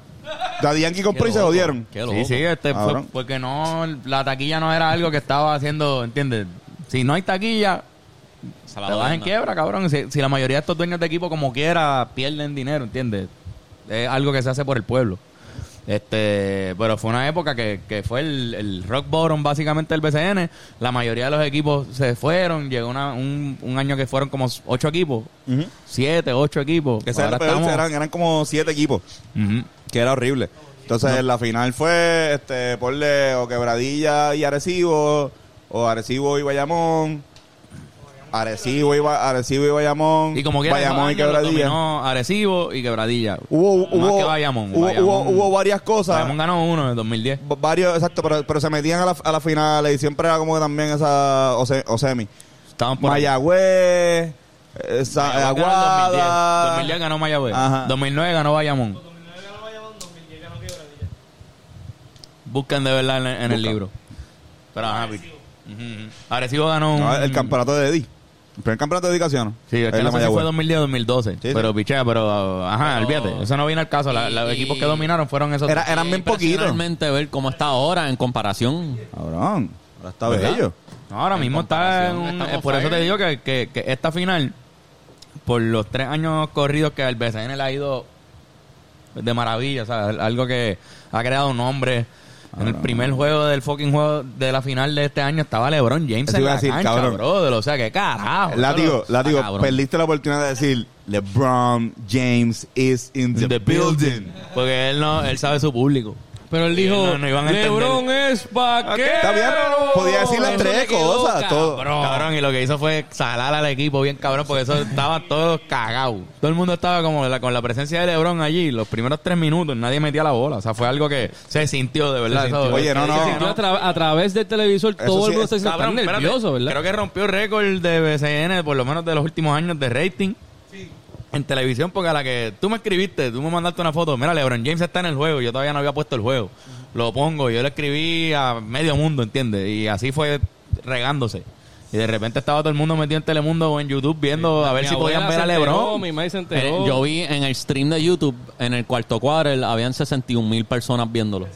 Speaker 3: Daddy Yankee compró y se
Speaker 4: loco.
Speaker 3: jodieron.
Speaker 4: Qué loco.
Speaker 1: Sí, sí, este fue-
Speaker 3: Cabrón.
Speaker 1: porque no, la taquilla no era algo que estaba haciendo, ¿entiendes? Si no hay taquilla,
Speaker 4: Se la
Speaker 1: te vas
Speaker 4: doy,
Speaker 1: en
Speaker 4: ¿no?
Speaker 1: quiebra, cabrón. Si, si la mayoría de estos dueños de equipo, como quiera, pierden dinero, ¿entiendes? Es algo que se hace por el pueblo. Este, pero fue una época que, que fue el, el rock bottom básicamente del BCN. La mayoría de los equipos se fueron. Llegó una- un, un año que fueron como ocho equipos,
Speaker 3: Ujú.
Speaker 1: siete, ocho equipos.
Speaker 3: Ese era
Speaker 1: Ahora
Speaker 3: el peor,
Speaker 1: estamos-
Speaker 3: eran, eran como siete equipos,
Speaker 1: Ujú.
Speaker 3: que era horrible. Entonces, en la final fue este, porle o Quebradilla y Arecibo, o Arecibo y Bayamón, Arecibo y, Ba- Arecibo y Bayamón,
Speaker 1: Y como quiera,
Speaker 3: Bayamón y
Speaker 1: esos años los
Speaker 3: Quebradilla.
Speaker 1: dominó Arecibo y Quebradilla.
Speaker 3: Hubo,
Speaker 1: Más
Speaker 3: hubo,
Speaker 1: que Bayamón.
Speaker 3: hubo,
Speaker 1: Bayamón-
Speaker 3: hubo- hubo varias cosas,
Speaker 1: Bayamón ganó uno en el 2010.
Speaker 3: v- varios, exacto, pero, pero se metían a la, a la final y siempre era como que también esa o, se- o semi.
Speaker 1: Estaban por ahí.
Speaker 3: Mayagüez, eh, Sa-
Speaker 1: Mayagüez ganó en el 2010. 2010
Speaker 3: Aguada.
Speaker 1: ganó Mayagüez.
Speaker 3: Ajá.
Speaker 1: 2009 ganó Bayamón. Buscan de verdad en, en el libro. Pero ajá, ujú, ujú. Arecibo ganó un...
Speaker 3: No, el campeonato de Eddie. El primer campeonato de Dedicación.
Speaker 1: Sí, es que no sé si fue 2010 o 2012.
Speaker 3: sí.
Speaker 1: pero pichea, pero uh, ajá,
Speaker 4: Pero-
Speaker 1: olvídate. Eso no viene al caso. La- la- los
Speaker 4: Y-
Speaker 1: equipos que dominaron fueron esos.
Speaker 3: Era-
Speaker 1: tres.
Speaker 3: eran bien poquitos.
Speaker 4: Impresionante ver cómo está ahora en comparación.
Speaker 3: Cabrón, ahora está
Speaker 4: ¿Verdad?
Speaker 3: bello.
Speaker 1: No, ahora
Speaker 4: En
Speaker 1: mismo está en
Speaker 4: comparación,
Speaker 1: un-
Speaker 4: estamos
Speaker 1: eh, Por eso
Speaker 4: fire.
Speaker 1: te digo que, que- que esta final, por los tres años corridos que el BCN le ha ido de maravilla, o sea, algo que ha creado un nombre. En
Speaker 3: Ah.
Speaker 1: el primer juego del fucking juego de la final de este año estaba LeBron James
Speaker 3: Eso
Speaker 1: en
Speaker 3: iba
Speaker 1: la
Speaker 3: a decir,
Speaker 1: cancha,
Speaker 3: cabrón.
Speaker 1: brother. O sea, que carajo.
Speaker 3: Látigo,
Speaker 1: Eso lo-
Speaker 3: látigo,
Speaker 1: Ah, cabrón.
Speaker 3: perdiste la oportunidad de decir LeBron James is in the,
Speaker 1: In the
Speaker 3: building.
Speaker 1: building. Porque él no, él sabe su público.
Speaker 5: Pero él dijo,
Speaker 1: No, no iban a entender.
Speaker 5: Lebron es vaquero.
Speaker 3: Está bien, podía decir las
Speaker 5: Eso
Speaker 3: tres
Speaker 5: le quedó,
Speaker 3: cosas, todo.
Speaker 5: cabrón.
Speaker 1: Cabrón, y lo que hizo fue salar al equipo bien cabrón, porque eso estaba todo cagado. Todo el mundo estaba como la- con la presencia de Lebron allí, los primeros tres minutos, nadie metía la bola. O sea, fue algo que se sintió de verdad.
Speaker 3: sintió.
Speaker 1: eso-
Speaker 3: Oye, no,
Speaker 1: eso
Speaker 3: no.
Speaker 1: se
Speaker 5: Sintió a, tra- a través del televisor
Speaker 3: Eso
Speaker 5: todo
Speaker 3: sí
Speaker 5: el mundo
Speaker 3: es-
Speaker 5: está diciendo,
Speaker 1: Cabrón,
Speaker 5: "Están
Speaker 1: espérate.
Speaker 5: nervioso, ¿verdad?
Speaker 1: Creo que rompió récord de BCN, por lo menos de los últimos años de rating. En televisión, porque a la que tú me escribiste, tú me mandaste una foto. Mira, LeBron James está en el juego. Yo todavía no había puesto el juego. Lo pongo. Yo le escribí a medio mundo, ¿entiendes? Y así fue regándose. Y de repente estaba todo el mundo metido en Telemundo o en YouTube viendo a ver
Speaker 5: Mi
Speaker 1: si podían
Speaker 5: abuela
Speaker 1: ver a
Speaker 5: se enteró,
Speaker 1: LeBron.
Speaker 5: Mi madre se
Speaker 4: Eh,
Speaker 5: enteró.
Speaker 4: yo vi en el stream de YouTube, en el cuarto cuadro, el- habían 61 mil personas viéndolo.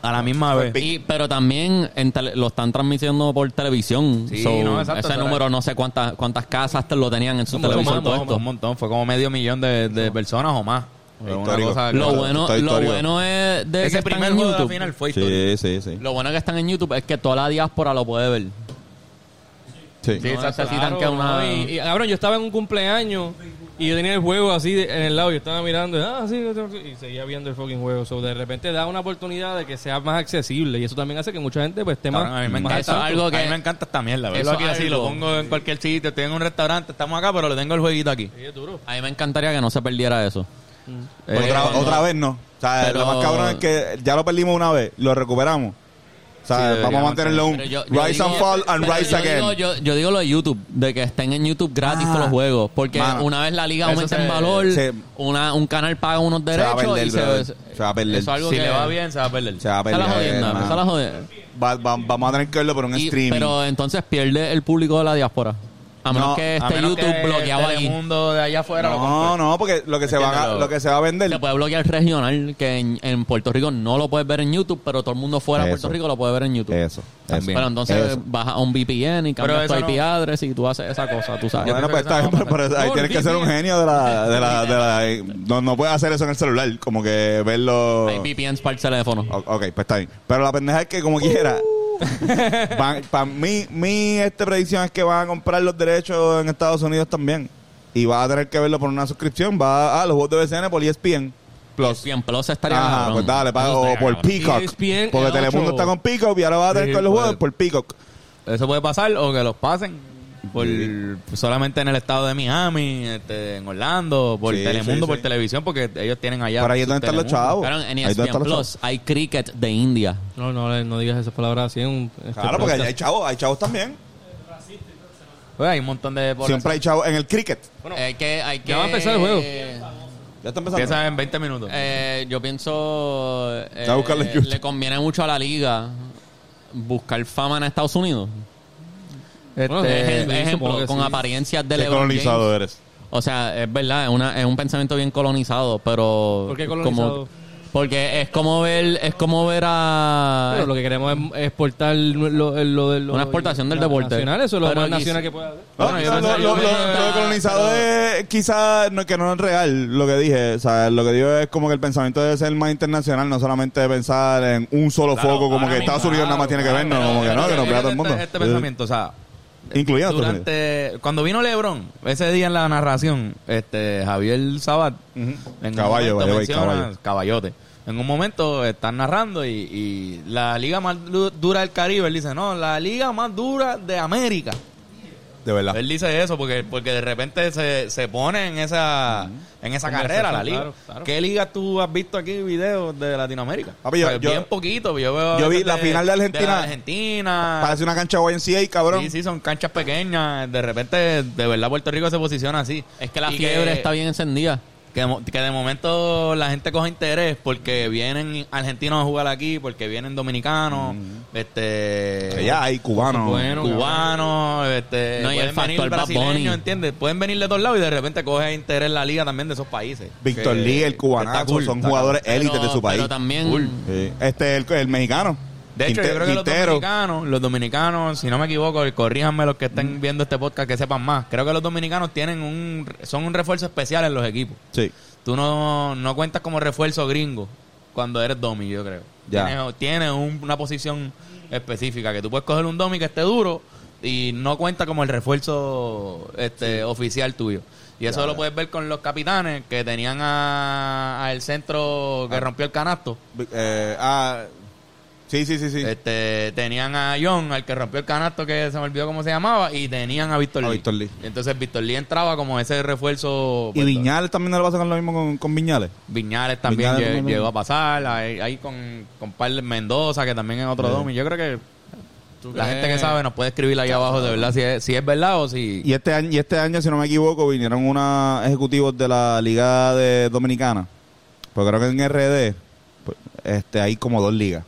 Speaker 1: A la misma vez.
Speaker 4: Y- pero también en tele- lo están transmitiendo por televisión.
Speaker 1: Sí,
Speaker 4: So,
Speaker 1: no, exacto,
Speaker 4: ese
Speaker 1: eso era-
Speaker 4: número no sé cuántas cuántas casas te lo tenían en su
Speaker 1: Un montón,
Speaker 4: televisor
Speaker 1: un montón,
Speaker 4: puesto.
Speaker 1: un montón. Fue como medio millón de, de personas o más. Fue una
Speaker 3: Histórico.
Speaker 1: cosa-
Speaker 4: Lo bueno,
Speaker 3: Ah, Está
Speaker 4: lo
Speaker 3: histórico.
Speaker 4: bueno es de que
Speaker 1: Ese
Speaker 4: están
Speaker 1: primer
Speaker 4: en
Speaker 1: juego de la
Speaker 4: YouTube.
Speaker 1: final fue histórico.
Speaker 3: Sí, sí, sí.
Speaker 4: Lo bueno que están en YouTube es que toda la diáspora lo puede ver.
Speaker 3: Sí.
Speaker 1: Sí,
Speaker 4: No
Speaker 1: exacto.
Speaker 4: necesitan
Speaker 5: Claro,
Speaker 4: que una...
Speaker 5: no, y- y, cabrón, yo estaba en un cumpleaños y yo tenía el juego así de- en el lado. Yo estaba mirando, ah, sí, y seguía viendo el fucking juego. So, de repente da una oportunidad de que sea más accesible y eso también hace que mucha gente pues esté
Speaker 1: Cabrón,
Speaker 5: más.
Speaker 1: a mí me
Speaker 5: más
Speaker 1: encanta.
Speaker 4: eso es
Speaker 5: al-
Speaker 4: algo
Speaker 1: A
Speaker 4: que-
Speaker 1: mí me encanta esta mierda.
Speaker 4: eso
Speaker 1: Verlo aquí
Speaker 4: es
Speaker 1: así,
Speaker 4: algo.
Speaker 1: lo pongo en cualquier sitio. Estoy en un restaurante, estamos acá, pero le tengo el jueguito aquí.
Speaker 5: Sí, es duro.
Speaker 4: A mí me encantaría que no se perdiera eso.
Speaker 1: Eh,
Speaker 3: otra,
Speaker 4: cuando-
Speaker 3: otra vez no. O sea,
Speaker 4: Pero-
Speaker 3: lo más cabrón es que ya lo perdimos una vez, lo recuperamos. O sea, vamos a
Speaker 1: deberíamos
Speaker 3: mantenerlo un
Speaker 4: Pero yo- yo
Speaker 3: rise
Speaker 4: digo-
Speaker 3: and fall and
Speaker 4: pero
Speaker 3: rise
Speaker 4: yo
Speaker 3: again.
Speaker 4: digo- yo, yo digo lo de YouTube, de que estén en YouTube gratis
Speaker 3: Ah.
Speaker 4: todos los juegos. Porque
Speaker 3: Mano.
Speaker 4: una vez la liga
Speaker 1: Eso
Speaker 4: aumenta
Speaker 1: se-
Speaker 4: en valor,
Speaker 3: se-
Speaker 4: una, un canal paga unos
Speaker 3: se va a
Speaker 4: derechos
Speaker 3: perder,
Speaker 4: y se,
Speaker 3: brother.
Speaker 4: eso
Speaker 3: Se va a perder.
Speaker 4: es algo
Speaker 1: si
Speaker 4: que-
Speaker 1: le va bien, se va a perder.
Speaker 3: Se va a
Speaker 4: esa es
Speaker 3: perder.
Speaker 4: la jodienda,
Speaker 3: hermano.
Speaker 4: esa es la jodienda.
Speaker 3: Va- va- vamos a tener que verlo por un
Speaker 4: Y-
Speaker 3: streaming.
Speaker 4: pero entonces pierde el público de la diáspora. A menos
Speaker 3: No,
Speaker 4: que
Speaker 1: A
Speaker 4: este
Speaker 1: menos
Speaker 4: YouTube
Speaker 1: que
Speaker 4: bloqueado
Speaker 1: El
Speaker 4: ahí.
Speaker 1: mundo de allá afuera lo
Speaker 3: no,
Speaker 1: compre.
Speaker 3: no, porque lo que, se va a,
Speaker 1: Entiéndelo.
Speaker 3: lo que se va a vender.
Speaker 4: Se puede bloquear regional, que en, en Puerto Rico no lo puedes ver en YouTube, pero todo el mundo fuera de
Speaker 3: Eso.
Speaker 4: Puerto Rico lo puede ver en YouTube.
Speaker 3: Eso.
Speaker 4: También. Pero entonces
Speaker 3: Eso.
Speaker 4: bajas a un VPN y
Speaker 1: Pero
Speaker 4: cambias tu
Speaker 1: eso
Speaker 4: IP
Speaker 1: no-
Speaker 4: address y tú haces esa cosa, tú sabes.
Speaker 3: Bueno, pues está bien, pero, pero ahí
Speaker 5: No,
Speaker 3: tienes que ser un
Speaker 5: VPN.
Speaker 3: genio de la... De la, de la- no, no puedes hacer eso en el celular, como que verlo...
Speaker 4: Hay VPNs para el teléfono.
Speaker 3: O- Ok, pues está bien. Pero la pendeja es que como quiera...
Speaker 4: Uh.
Speaker 3: van- pa- mi mi este, predicción es que van a comprar los derechos en ah, Estados Unidos también. Y vas a tener que verlo por E una suscripción. Va a, a los juegos de BCN por ESPN. Plus.
Speaker 4: Bien, Plus estaría
Speaker 3: Ajá,
Speaker 4: cabrón.
Speaker 3: pues dale, pago
Speaker 4: Eso
Speaker 3: o
Speaker 4: estaría
Speaker 3: por
Speaker 4: cabrón. E
Speaker 3: Peacock.
Speaker 5: ESPN
Speaker 3: porque
Speaker 4: eh,
Speaker 5: el ocho.
Speaker 3: Telemundo está con Peacock y ahora va a tener
Speaker 1: Sí,
Speaker 3: con los
Speaker 4: pues.
Speaker 1: puede.
Speaker 3: juegos por Peacock.
Speaker 1: Eso puede pasar o que los pasen por solamente en el estado de Miami, este, en Orlando, por
Speaker 3: Sí,
Speaker 1: Telemundo,
Speaker 3: sí,
Speaker 1: por
Speaker 3: sí.
Speaker 1: televisión, porque ellos tienen allá.
Speaker 3: Por ahí es
Speaker 1: su
Speaker 3: donde están los
Speaker 1: Telemundo.
Speaker 3: chavos.
Speaker 4: Cabrón, en E
Speaker 3: Ahí es donde
Speaker 4: ESPN
Speaker 3: están los chavos.
Speaker 4: Plus hay cricket de India.
Speaker 5: No, no, le- no digas esas palabras así. en un- este
Speaker 4: pues,
Speaker 3: Claro, porque
Speaker 5: podcast.
Speaker 3: hay chavos, hay chavos también.
Speaker 1: Pues hay un montón de. población.
Speaker 3: Siempre hay chavos en el cricket.
Speaker 4: hay que, hay que...
Speaker 5: Ya va a empezar el juego.
Speaker 3: Ya está empezando.
Speaker 1: Empieza en 20 minutos.
Speaker 4: Eh, yo pienso. eh,
Speaker 3: Voy a buscarlo en YouTube.
Speaker 4: le conviene mucho a la liga buscar fama en Estados Unidos.
Speaker 1: Este,
Speaker 5: bueno,
Speaker 4: Ejem-
Speaker 5: sí,
Speaker 4: ejemplo,
Speaker 5: supongo que
Speaker 4: con
Speaker 5: sí.
Speaker 4: apariencias de
Speaker 3: Qué
Speaker 4: LeBron
Speaker 3: colonizado
Speaker 4: James.
Speaker 3: eres.
Speaker 4: O sea, es verdad, es, una, es un pensamiento bien colonizado, pero.
Speaker 5: ¿Por qué colonizado?
Speaker 4: como- porque es como ver, es como ver a.
Speaker 5: Pero lo que queremos es exportar lo, lo- lo de lo-
Speaker 4: Una exportación del
Speaker 5: na-
Speaker 4: deporte.
Speaker 5: Nacional, eso es lo
Speaker 4: Pero
Speaker 5: más
Speaker 4: y-
Speaker 5: nacional que puede haber.
Speaker 3: No,
Speaker 4: Bueno, yo
Speaker 3: no,
Speaker 4: no
Speaker 3: Ah, lo,
Speaker 4: sé,
Speaker 3: lo-
Speaker 4: yo
Speaker 3: lo-
Speaker 4: me-
Speaker 3: lo colonizado es quizás no, que no es real lo que dije. O sea, lo que digo es como que el pensamiento debe ser más internacional, no solamente pensar en un solo foco, como
Speaker 1: ahora
Speaker 3: que
Speaker 1: mismo,
Speaker 3: Estados Unidos nada más tiene que ver, no,
Speaker 1: Pero-
Speaker 3: como que
Speaker 1: pero
Speaker 3: no, que no
Speaker 1: fíjate
Speaker 3: vea todo el mundo.
Speaker 1: Este, este pensamiento, o sea,
Speaker 3: Eh, Incluyendo Estados Unidos.
Speaker 1: durante cuando vino LeBron ese día en la narración, este Javier Sabat, en un
Speaker 3: Caballo,
Speaker 1: momento
Speaker 3: by the way,
Speaker 1: menciona-
Speaker 3: caballo.
Speaker 1: caballote. En un momento están narrando y, y la liga más du- dura del Caribe, él dice, no, la liga más dura de América.
Speaker 3: De verdad.
Speaker 1: Él dice eso porque, porque de repente se, se pone en esa, en esa carrera la liga.
Speaker 5: claro, claro.
Speaker 1: ¿Qué liga tú has visto aquí videos de Latinoamérica?
Speaker 3: Papi, yo-
Speaker 1: Pues
Speaker 3: yo-
Speaker 1: bien poquito. Yo, veo a
Speaker 3: yo vi
Speaker 1: veces
Speaker 3: la final de Argentina.
Speaker 1: la Argentina.
Speaker 3: Parece una cancha YMCA, cabrón.
Speaker 1: Sí, sí, son canchas pequeñas. De repente, de verdad, Puerto Rico se posiciona así.
Speaker 4: Es que la
Speaker 1: Y
Speaker 4: fiebre
Speaker 1: que-
Speaker 4: está bien encendida.
Speaker 1: Que, mo- que de momento la gente coge interés porque vienen argentinos a jugar aquí, porque vienen dominicanos, este...
Speaker 3: Que ya Mm. hay cubanos.
Speaker 1: Bueno, cubanos, este,
Speaker 4: No, y el
Speaker 1: pueden venir
Speaker 4: factor Bad Bunny.
Speaker 1: brasileños, ¿entiendes? Pueden venir de todos lados y de repente coge interés la liga también de esos países.
Speaker 3: Víctor
Speaker 1: Que-
Speaker 3: Lee, el
Speaker 1: está
Speaker 3: cubanazo,
Speaker 1: cool,
Speaker 3: son
Speaker 1: está
Speaker 3: jugadores
Speaker 4: Pero-
Speaker 3: élites de su país.
Speaker 4: Pero también.
Speaker 1: Cool.
Speaker 3: Sí. Este, el, el mexicano.
Speaker 1: De hecho,
Speaker 3: Quinte-
Speaker 1: yo creo que los
Speaker 3: Quintero.
Speaker 1: dominicanos, los dominicanos, si no me equivoco, y corríjanme los que estén viendo este podcast que sepan más. Creo que los dominicanos tienen un son un refuerzo especial en los equipos.
Speaker 3: Sí.
Speaker 1: Tú no, no cuentas como refuerzo gringo cuando eres domi, yo creo.
Speaker 3: Ya.
Speaker 1: Tienes, tienes un- una posición específica que tú puedes coger un domi que esté duro y no cuenta como el refuerzo este oficial tuyo. Y eso lo puedes ver con los capitanes que tenían a, a el centro que rompió el canasto.
Speaker 3: Eh, ah, sí, sí, sí, sí.
Speaker 1: Este, tenían a John, al que rompió el canasto, que se me olvidó cómo se llamaba, y tenían a Víctor
Speaker 3: A
Speaker 1: Lee.
Speaker 3: Víctor Lee.
Speaker 1: Y Entonces Víctor Lee entraba como ese refuerzo.
Speaker 3: y
Speaker 1: pues,
Speaker 3: Viñales también no le va a sacar lo mismo con, con Viñales.
Speaker 1: Viñales también
Speaker 3: Viñales
Speaker 1: lle-
Speaker 3: también.
Speaker 1: llegó a pasar. Ahí, ahí con, con Pal Mendoza, que también es otro
Speaker 3: Sí.
Speaker 1: domi. Yo creo que la
Speaker 4: crees?
Speaker 1: gente que sabe nos puede escribir ahí abajo de verdad si es, si es verdad o si.
Speaker 3: Y este año, y este año, si no me equivoco, vinieron unos ejecutivos de la Liga de Dominicana. Pues creo que en RD pues, este, hay como dos ligas.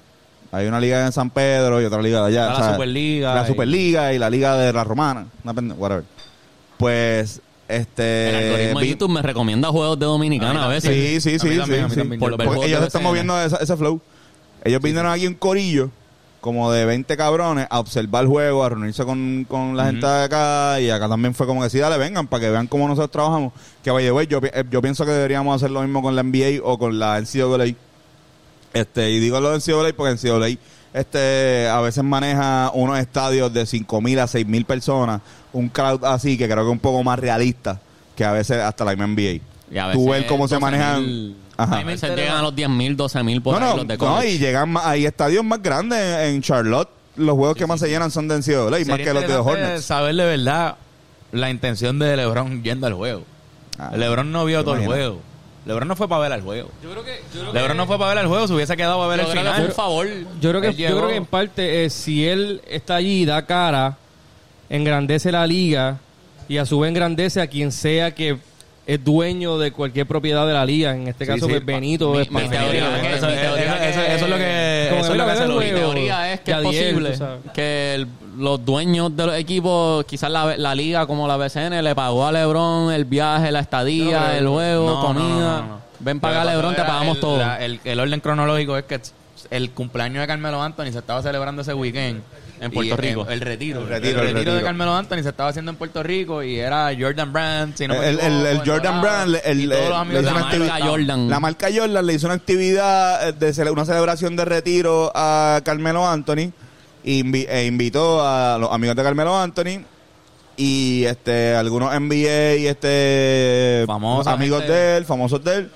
Speaker 3: Hay una liga en San Pedro y otra liga de allá.
Speaker 1: Está Ah, la Superliga
Speaker 3: La
Speaker 1: y-
Speaker 3: Superliga y la Liga de la Romana. Una pende- whatever. Pues,
Speaker 4: El
Speaker 3: este.
Speaker 4: algoritmo de
Speaker 3: vi-
Speaker 4: YouTube me recomienda juegos de Dominicana a veces.
Speaker 3: Sí, sí,
Speaker 1: A mí
Speaker 3: sí.
Speaker 1: también,
Speaker 3: sí,
Speaker 1: a mí
Speaker 3: sí.
Speaker 1: también,
Speaker 4: yo
Speaker 3: Por-
Speaker 4: lo
Speaker 3: Porque
Speaker 4: veo.
Speaker 3: ellos
Speaker 4: Juegos de
Speaker 3: están
Speaker 4: escena.
Speaker 3: moviendo esa- ese flow. Ellos vinieron aquí un corillo, como de 20 cabrones, a observar el juego, a reunirse con, con la gente de acá. Y acá también fue como que sí, dale, vengan, para que vean cómo nosotros trabajamos. Que vaya, güey, yo, pi- eh, yo pienso que deberíamos hacer lo mismo con la NBA o con la NCAA. Este, y digo lo de NCAA porque NCAA este, a veces maneja unos estadios de 5.000 a 6.000 personas, un crowd así que creo que es un poco más realista que a veces hasta la misma NBA.
Speaker 4: Y a
Speaker 3: Tú
Speaker 4: veces
Speaker 3: ves cómo se
Speaker 4: 12.000.
Speaker 3: manejan. Ajá.
Speaker 4: A veces llegan a los 10 mil, 12 mil por
Speaker 3: No,
Speaker 4: ahí
Speaker 3: no,
Speaker 4: los de
Speaker 3: no,
Speaker 4: college.
Speaker 3: y llegan más, hay estadios más grandes en, en Charlotte. Los juegos que más se llenan son de NCAA, más
Speaker 1: Sería
Speaker 3: que los de los
Speaker 1: interesante
Speaker 3: Hornets.
Speaker 1: Saber de verdad la intención de LeBron yendo al juego.
Speaker 3: Ah,
Speaker 1: LeBron no vio
Speaker 3: ¿te
Speaker 1: todo el
Speaker 3: imaginas?
Speaker 1: juego. LeBron no fue para ver al juego.
Speaker 5: Yo creo que.
Speaker 1: LeBron no fue para ver el juego, se hubiese quedado a ver
Speaker 4: Yo
Speaker 1: el
Speaker 4: creo que fue un
Speaker 1: final.
Speaker 4: favor.
Speaker 5: Yo creo que,
Speaker 1: Él
Speaker 5: yo
Speaker 1: llegó.
Speaker 5: creo que en parte, eh, si él está allí y da cara, engrandece la liga y a su vez engrandece a quien sea que es dueño de cualquier propiedad de la liga. En este
Speaker 1: Sí,
Speaker 5: caso,
Speaker 1: sí,
Speaker 5: pues,
Speaker 1: pa-
Speaker 5: Benito
Speaker 4: mi-
Speaker 5: es
Speaker 4: mi
Speaker 5: parte de la
Speaker 4: teoría
Speaker 5: liga.
Speaker 4: es que-
Speaker 1: Eso
Speaker 4: mi
Speaker 1: eso-
Speaker 4: teoría
Speaker 1: eso-
Speaker 4: que-
Speaker 1: eso es lo
Speaker 5: Como
Speaker 1: que.
Speaker 5: que
Speaker 1: Eso es
Speaker 5: mira,
Speaker 1: lo que
Speaker 5: ve
Speaker 1: hace
Speaker 5: el
Speaker 1: lo
Speaker 4: Mi
Speaker 5: juego.
Speaker 4: teoría es que es
Speaker 5: Yadiel, tú
Speaker 4: posible
Speaker 5: sabes.
Speaker 4: que el- los dueños de los equipos, quizás la, la liga como la BCN, le pagó a LeBron el viaje, la estadía, el juego,
Speaker 1: No, no,
Speaker 4: comida.
Speaker 1: no, no, no.
Speaker 4: Ven,
Speaker 1: Lo
Speaker 4: paga
Speaker 1: que pasó
Speaker 4: LeBron, te
Speaker 1: era
Speaker 4: pagamos
Speaker 1: el-
Speaker 4: todo.
Speaker 1: la- el, el orden cronológico es que el cumpleaños de Carmelo Anthony se estaba celebrando ese weekend.
Speaker 4: En Puerto
Speaker 1: Y
Speaker 4: Rico.
Speaker 1: El, el retiro. El
Speaker 3: retiro,
Speaker 1: retiro,
Speaker 3: el
Speaker 1: de
Speaker 3: retiro.
Speaker 1: Carmelo Anthony se estaba haciendo en Puerto Rico y era Jordan Brand. Si no me
Speaker 3: El- el-
Speaker 1: equivoco,
Speaker 3: el
Speaker 1: en
Speaker 3: Jordan
Speaker 1: Dorado,
Speaker 3: Brand, el-
Speaker 1: y todos
Speaker 3: el-
Speaker 1: los amigos
Speaker 3: le hizo
Speaker 1: de
Speaker 4: la
Speaker 3: una
Speaker 1: Carmelo.
Speaker 4: marca
Speaker 3: actividad-
Speaker 4: Jordan.
Speaker 3: La marca Jordan le hizo una actividad, eh, de cele- una celebración de retiro a Carmelo Anthony invi- e invitó a los amigos de Carmelo Anthony y este algunos NBA y este
Speaker 1: Famosos,
Speaker 3: amigos
Speaker 1: gente.
Speaker 3: de él, famosos de él.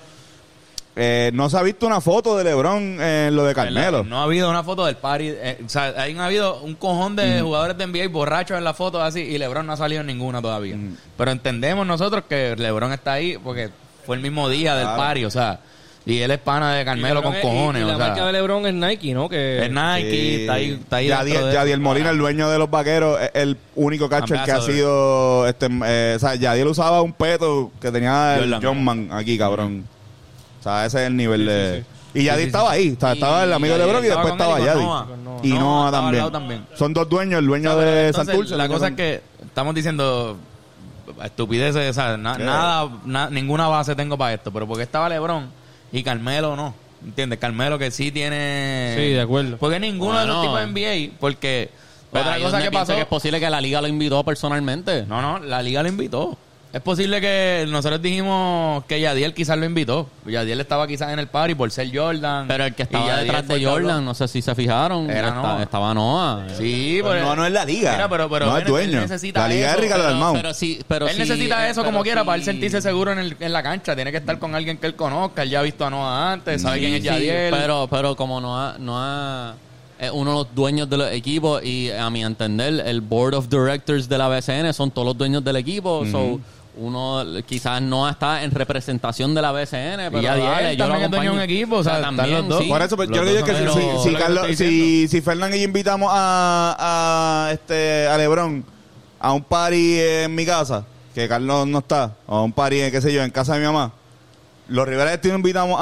Speaker 3: eh, no se ha visto una foto de LeBron en lo de Carmelo.
Speaker 1: No ha habido una foto del party. eh, o sea, ahí no ha habido un cojón de jugadores de NBA borrachos en la foto así y LeBron no ha salido en ninguna todavía. Pero entendemos nosotros que LeBron está ahí porque fue el mismo día del
Speaker 3: Claro.
Speaker 1: party, o sea. Y él es pana de Carmelo con cojones,
Speaker 5: Y, la
Speaker 1: o sea.
Speaker 5: marca de LeBron es Nike, ¿no? Que
Speaker 1: Es Nike,
Speaker 3: Sí.
Speaker 1: está ahí, está ahí
Speaker 3: Yadier,
Speaker 1: dentro de-
Speaker 3: Yadier Molina, el dueño de los vaqueros, es el único catcher que ha
Speaker 1: Ambassador.
Speaker 3: sido. Este, eh, o sea, Yadier usaba un peto que tenía el
Speaker 4: Jordan.
Speaker 3: John Man aquí, cabrón. O sea, ese es el nivel de. Y Yadier
Speaker 1: Sí, sí,
Speaker 3: estaba ahí, o sea,
Speaker 1: Y-
Speaker 3: estaba el amigo
Speaker 1: y
Speaker 3: de
Speaker 1: Yadier
Speaker 3: LeBron y
Speaker 1: estaba
Speaker 3: después
Speaker 1: con
Speaker 3: estaba
Speaker 1: él y con
Speaker 3: Yadier.
Speaker 1: Noah.
Speaker 3: Y
Speaker 1: Noah
Speaker 3: Noah
Speaker 1: estaba al
Speaker 3: también.
Speaker 1: lado también.
Speaker 3: Son dos dueños, el dueño
Speaker 1: No, pero
Speaker 3: de
Speaker 1: entonces,
Speaker 3: Santurce.
Speaker 1: La
Speaker 3: el dueño de-
Speaker 1: cosa es que estamos diciendo estupideces, o sea, na-
Speaker 3: ¿Qué?
Speaker 1: nada, na- ninguna base tengo para esto, pero porque estaba LeBron y Carmelo no, ¿entiendes? Carmelo que sí tiene
Speaker 5: Sí, de acuerdo.
Speaker 1: Porque ninguno de los
Speaker 4: Bueno.
Speaker 1: tipos de NBA, porque otra
Speaker 4: Pues Ahí
Speaker 1: cosa
Speaker 4: donde
Speaker 1: que
Speaker 4: pienso
Speaker 1: pasó
Speaker 4: que es posible que la liga lo invitó personalmente.
Speaker 1: No, no, la liga lo invitó. Es posible que nosotros dijimos que Yadiel quizás lo invitó. Yadiel estaba quizás en el party por ser Jordan.
Speaker 4: Pero el
Speaker 1: y
Speaker 4: que estaba
Speaker 1: Yadiel
Speaker 4: detrás
Speaker 1: fue el
Speaker 4: de
Speaker 1: que habló.
Speaker 4: Jordan, no sé si se fijaron,
Speaker 1: Era
Speaker 4: esta-
Speaker 1: Noah.
Speaker 4: estaba Noah.
Speaker 1: Sí,
Speaker 3: Pues
Speaker 1: pero-
Speaker 3: no, no es la liga.
Speaker 1: Mira, pero- pero
Speaker 3: no es
Speaker 1: él- él
Speaker 3: dueño.
Speaker 1: necesita
Speaker 3: La liga
Speaker 1: eso,
Speaker 3: es Ricardo
Speaker 4: pero,
Speaker 3: Dalmau.
Speaker 4: pero sí, pero
Speaker 1: él
Speaker 4: sí- eh,
Speaker 1: necesita eso
Speaker 4: pero
Speaker 1: como quiera
Speaker 4: sí-
Speaker 1: para él sentirse seguro en, el- en la cancha. Tiene que estar con alguien que él conozca. Él ya ha visto a Noah antes, sabe
Speaker 4: Sí,
Speaker 1: quién es
Speaker 4: sí,
Speaker 1: Yadiel.
Speaker 4: pero, pero como no ha, no ha- es uno de los dueños de los equipos y a mi entender el board of directors de la BCN son todos los dueños del equipo. So, uno quizás no está en representación de la BCN, pero
Speaker 1: Y Yadiel también
Speaker 4: dale, yo lo
Speaker 1: es dueño de
Speaker 4: acompaño.
Speaker 1: un equipo, o sea, están los dos.
Speaker 3: Por eso, pues, yo
Speaker 4: los
Speaker 3: lo que digo es
Speaker 4: dos
Speaker 3: que si, si-
Speaker 4: son- pero-
Speaker 3: si,
Speaker 1: lo que
Speaker 3: Carlos-
Speaker 1: te estoy
Speaker 3: si, si Fernan y yo invitamos a, a, este, a Lebron a un party en mi casa, que Carlos no está, o a un party, qué sé yo, en casa de mi mamá, ¿los Rivera Destino invitamos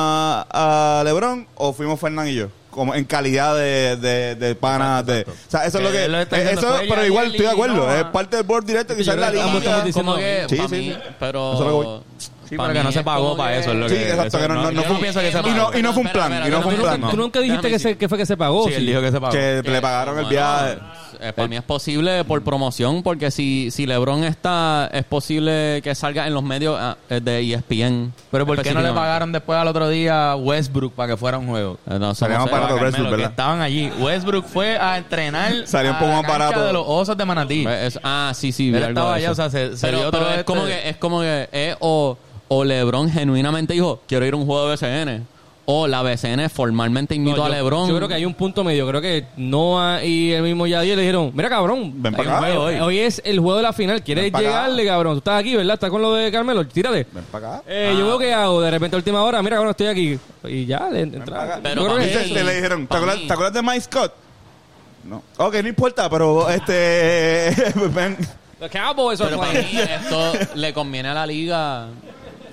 Speaker 3: a, a Lebron o fuimos Fernan y yo? Como en calidad de, de, de pana. De, o sea, eso es lo
Speaker 1: Que
Speaker 3: que. eh,
Speaker 1: él lo está diciendo,
Speaker 3: eso,
Speaker 1: fue
Speaker 3: pero
Speaker 1: Yadiel
Speaker 3: igual estoy de
Speaker 1: y
Speaker 3: acuerdo.
Speaker 1: Noah.
Speaker 3: Es parte del board directo, quizás la
Speaker 5: creo que ambos
Speaker 3: liga.
Speaker 5: estamos
Speaker 4: como que
Speaker 3: Sí,
Speaker 4: pa'
Speaker 3: sí,
Speaker 4: mí,
Speaker 3: sí.
Speaker 4: pero
Speaker 3: Eso es lo que voy.
Speaker 1: Sí,
Speaker 4: pa'
Speaker 1: pero que
Speaker 4: mí
Speaker 1: no se
Speaker 4: es
Speaker 1: pagó
Speaker 4: como
Speaker 1: para
Speaker 4: que-
Speaker 1: eso. Es lo
Speaker 3: Sí,
Speaker 1: que,
Speaker 3: exacto,
Speaker 1: eso
Speaker 3: que no- no- no
Speaker 1: yo
Speaker 3: fue-
Speaker 1: pienso que se
Speaker 4: Y
Speaker 1: pagó.
Speaker 3: no- y no fue un
Speaker 4: Espera,
Speaker 3: plan,
Speaker 4: espera,
Speaker 3: y no fue un
Speaker 4: espera,
Speaker 3: plan,
Speaker 5: Tú
Speaker 4: no.
Speaker 5: nunca dijiste
Speaker 4: Déjame
Speaker 5: que, se,
Speaker 4: decir.
Speaker 5: que fue que se pagó.
Speaker 1: Sí, él dijo que se pagó.
Speaker 3: Que le pagaron el viaje.
Speaker 4: Eh, para mí es posible por promoción, porque si, si LeBron está, es posible que salga en los medios ah, eh, de ESPN.
Speaker 1: Pero ¿por qué no le
Speaker 4: específicamente.
Speaker 1: pagaron después al otro día a Westbrook para que fuera a un juego?
Speaker 4: Eh, no,
Speaker 3: Sería
Speaker 4: somos-
Speaker 3: más barato
Speaker 1: Carmelo,
Speaker 3: Westbrook,
Speaker 1: que
Speaker 3: ¿verdad?
Speaker 1: estaban allí. Westbrook fue a entrenar
Speaker 3: Salió un poco
Speaker 1: a la
Speaker 3: más
Speaker 1: cancha
Speaker 3: barato.
Speaker 1: de los osos de Manatí.
Speaker 4: Eh, es- ah, sí, sí. vi
Speaker 1: Él
Speaker 4: algo
Speaker 1: estaba
Speaker 4: de
Speaker 1: allá,
Speaker 4: eso.
Speaker 1: o sea, se- se
Speaker 4: pero,
Speaker 1: dio
Speaker 4: pero
Speaker 1: todo
Speaker 4: es
Speaker 1: este-
Speaker 4: como que, es como que, eh, o, o LeBron genuinamente dijo, quiero ir a un juego de BCN. O la BCN formalmente
Speaker 5: No,
Speaker 4: invitó
Speaker 5: yo-
Speaker 4: a LeBron.
Speaker 5: Yo creo que hay un punto medio. Creo que Noah y el mismo Yadier le dijeron, mira cabrón,
Speaker 3: Ven
Speaker 5: hay
Speaker 3: para
Speaker 5: un
Speaker 3: acá.
Speaker 5: juego hoy. Hoy es el juego de la final. ¿Quieres
Speaker 3: Ven para acá.
Speaker 5: llegarle, cabrón? Tú estás aquí, ¿verdad? Estás con lo de Carmelo. Tírate.
Speaker 3: Ven para acá.
Speaker 5: Eh, Yo veo que hago de repente a última hora. Mira, cabrón, estoy aquí. Y ya, le
Speaker 3: Paga.
Speaker 5: entra. Yo
Speaker 4: Pero
Speaker 5: creo
Speaker 4: pa'
Speaker 5: que-
Speaker 4: mí-
Speaker 3: Dice, te le dijeron, ¿te
Speaker 4: pa'
Speaker 3: acuerdas,
Speaker 4: mí.
Speaker 3: te acuerdas de Mike Scott? No. Ok, no importa, pero este. ven.
Speaker 5: The Cowboys are
Speaker 4: Pero para
Speaker 5: playing.
Speaker 4: mí
Speaker 3: eh,
Speaker 4: esto le conviene a la liga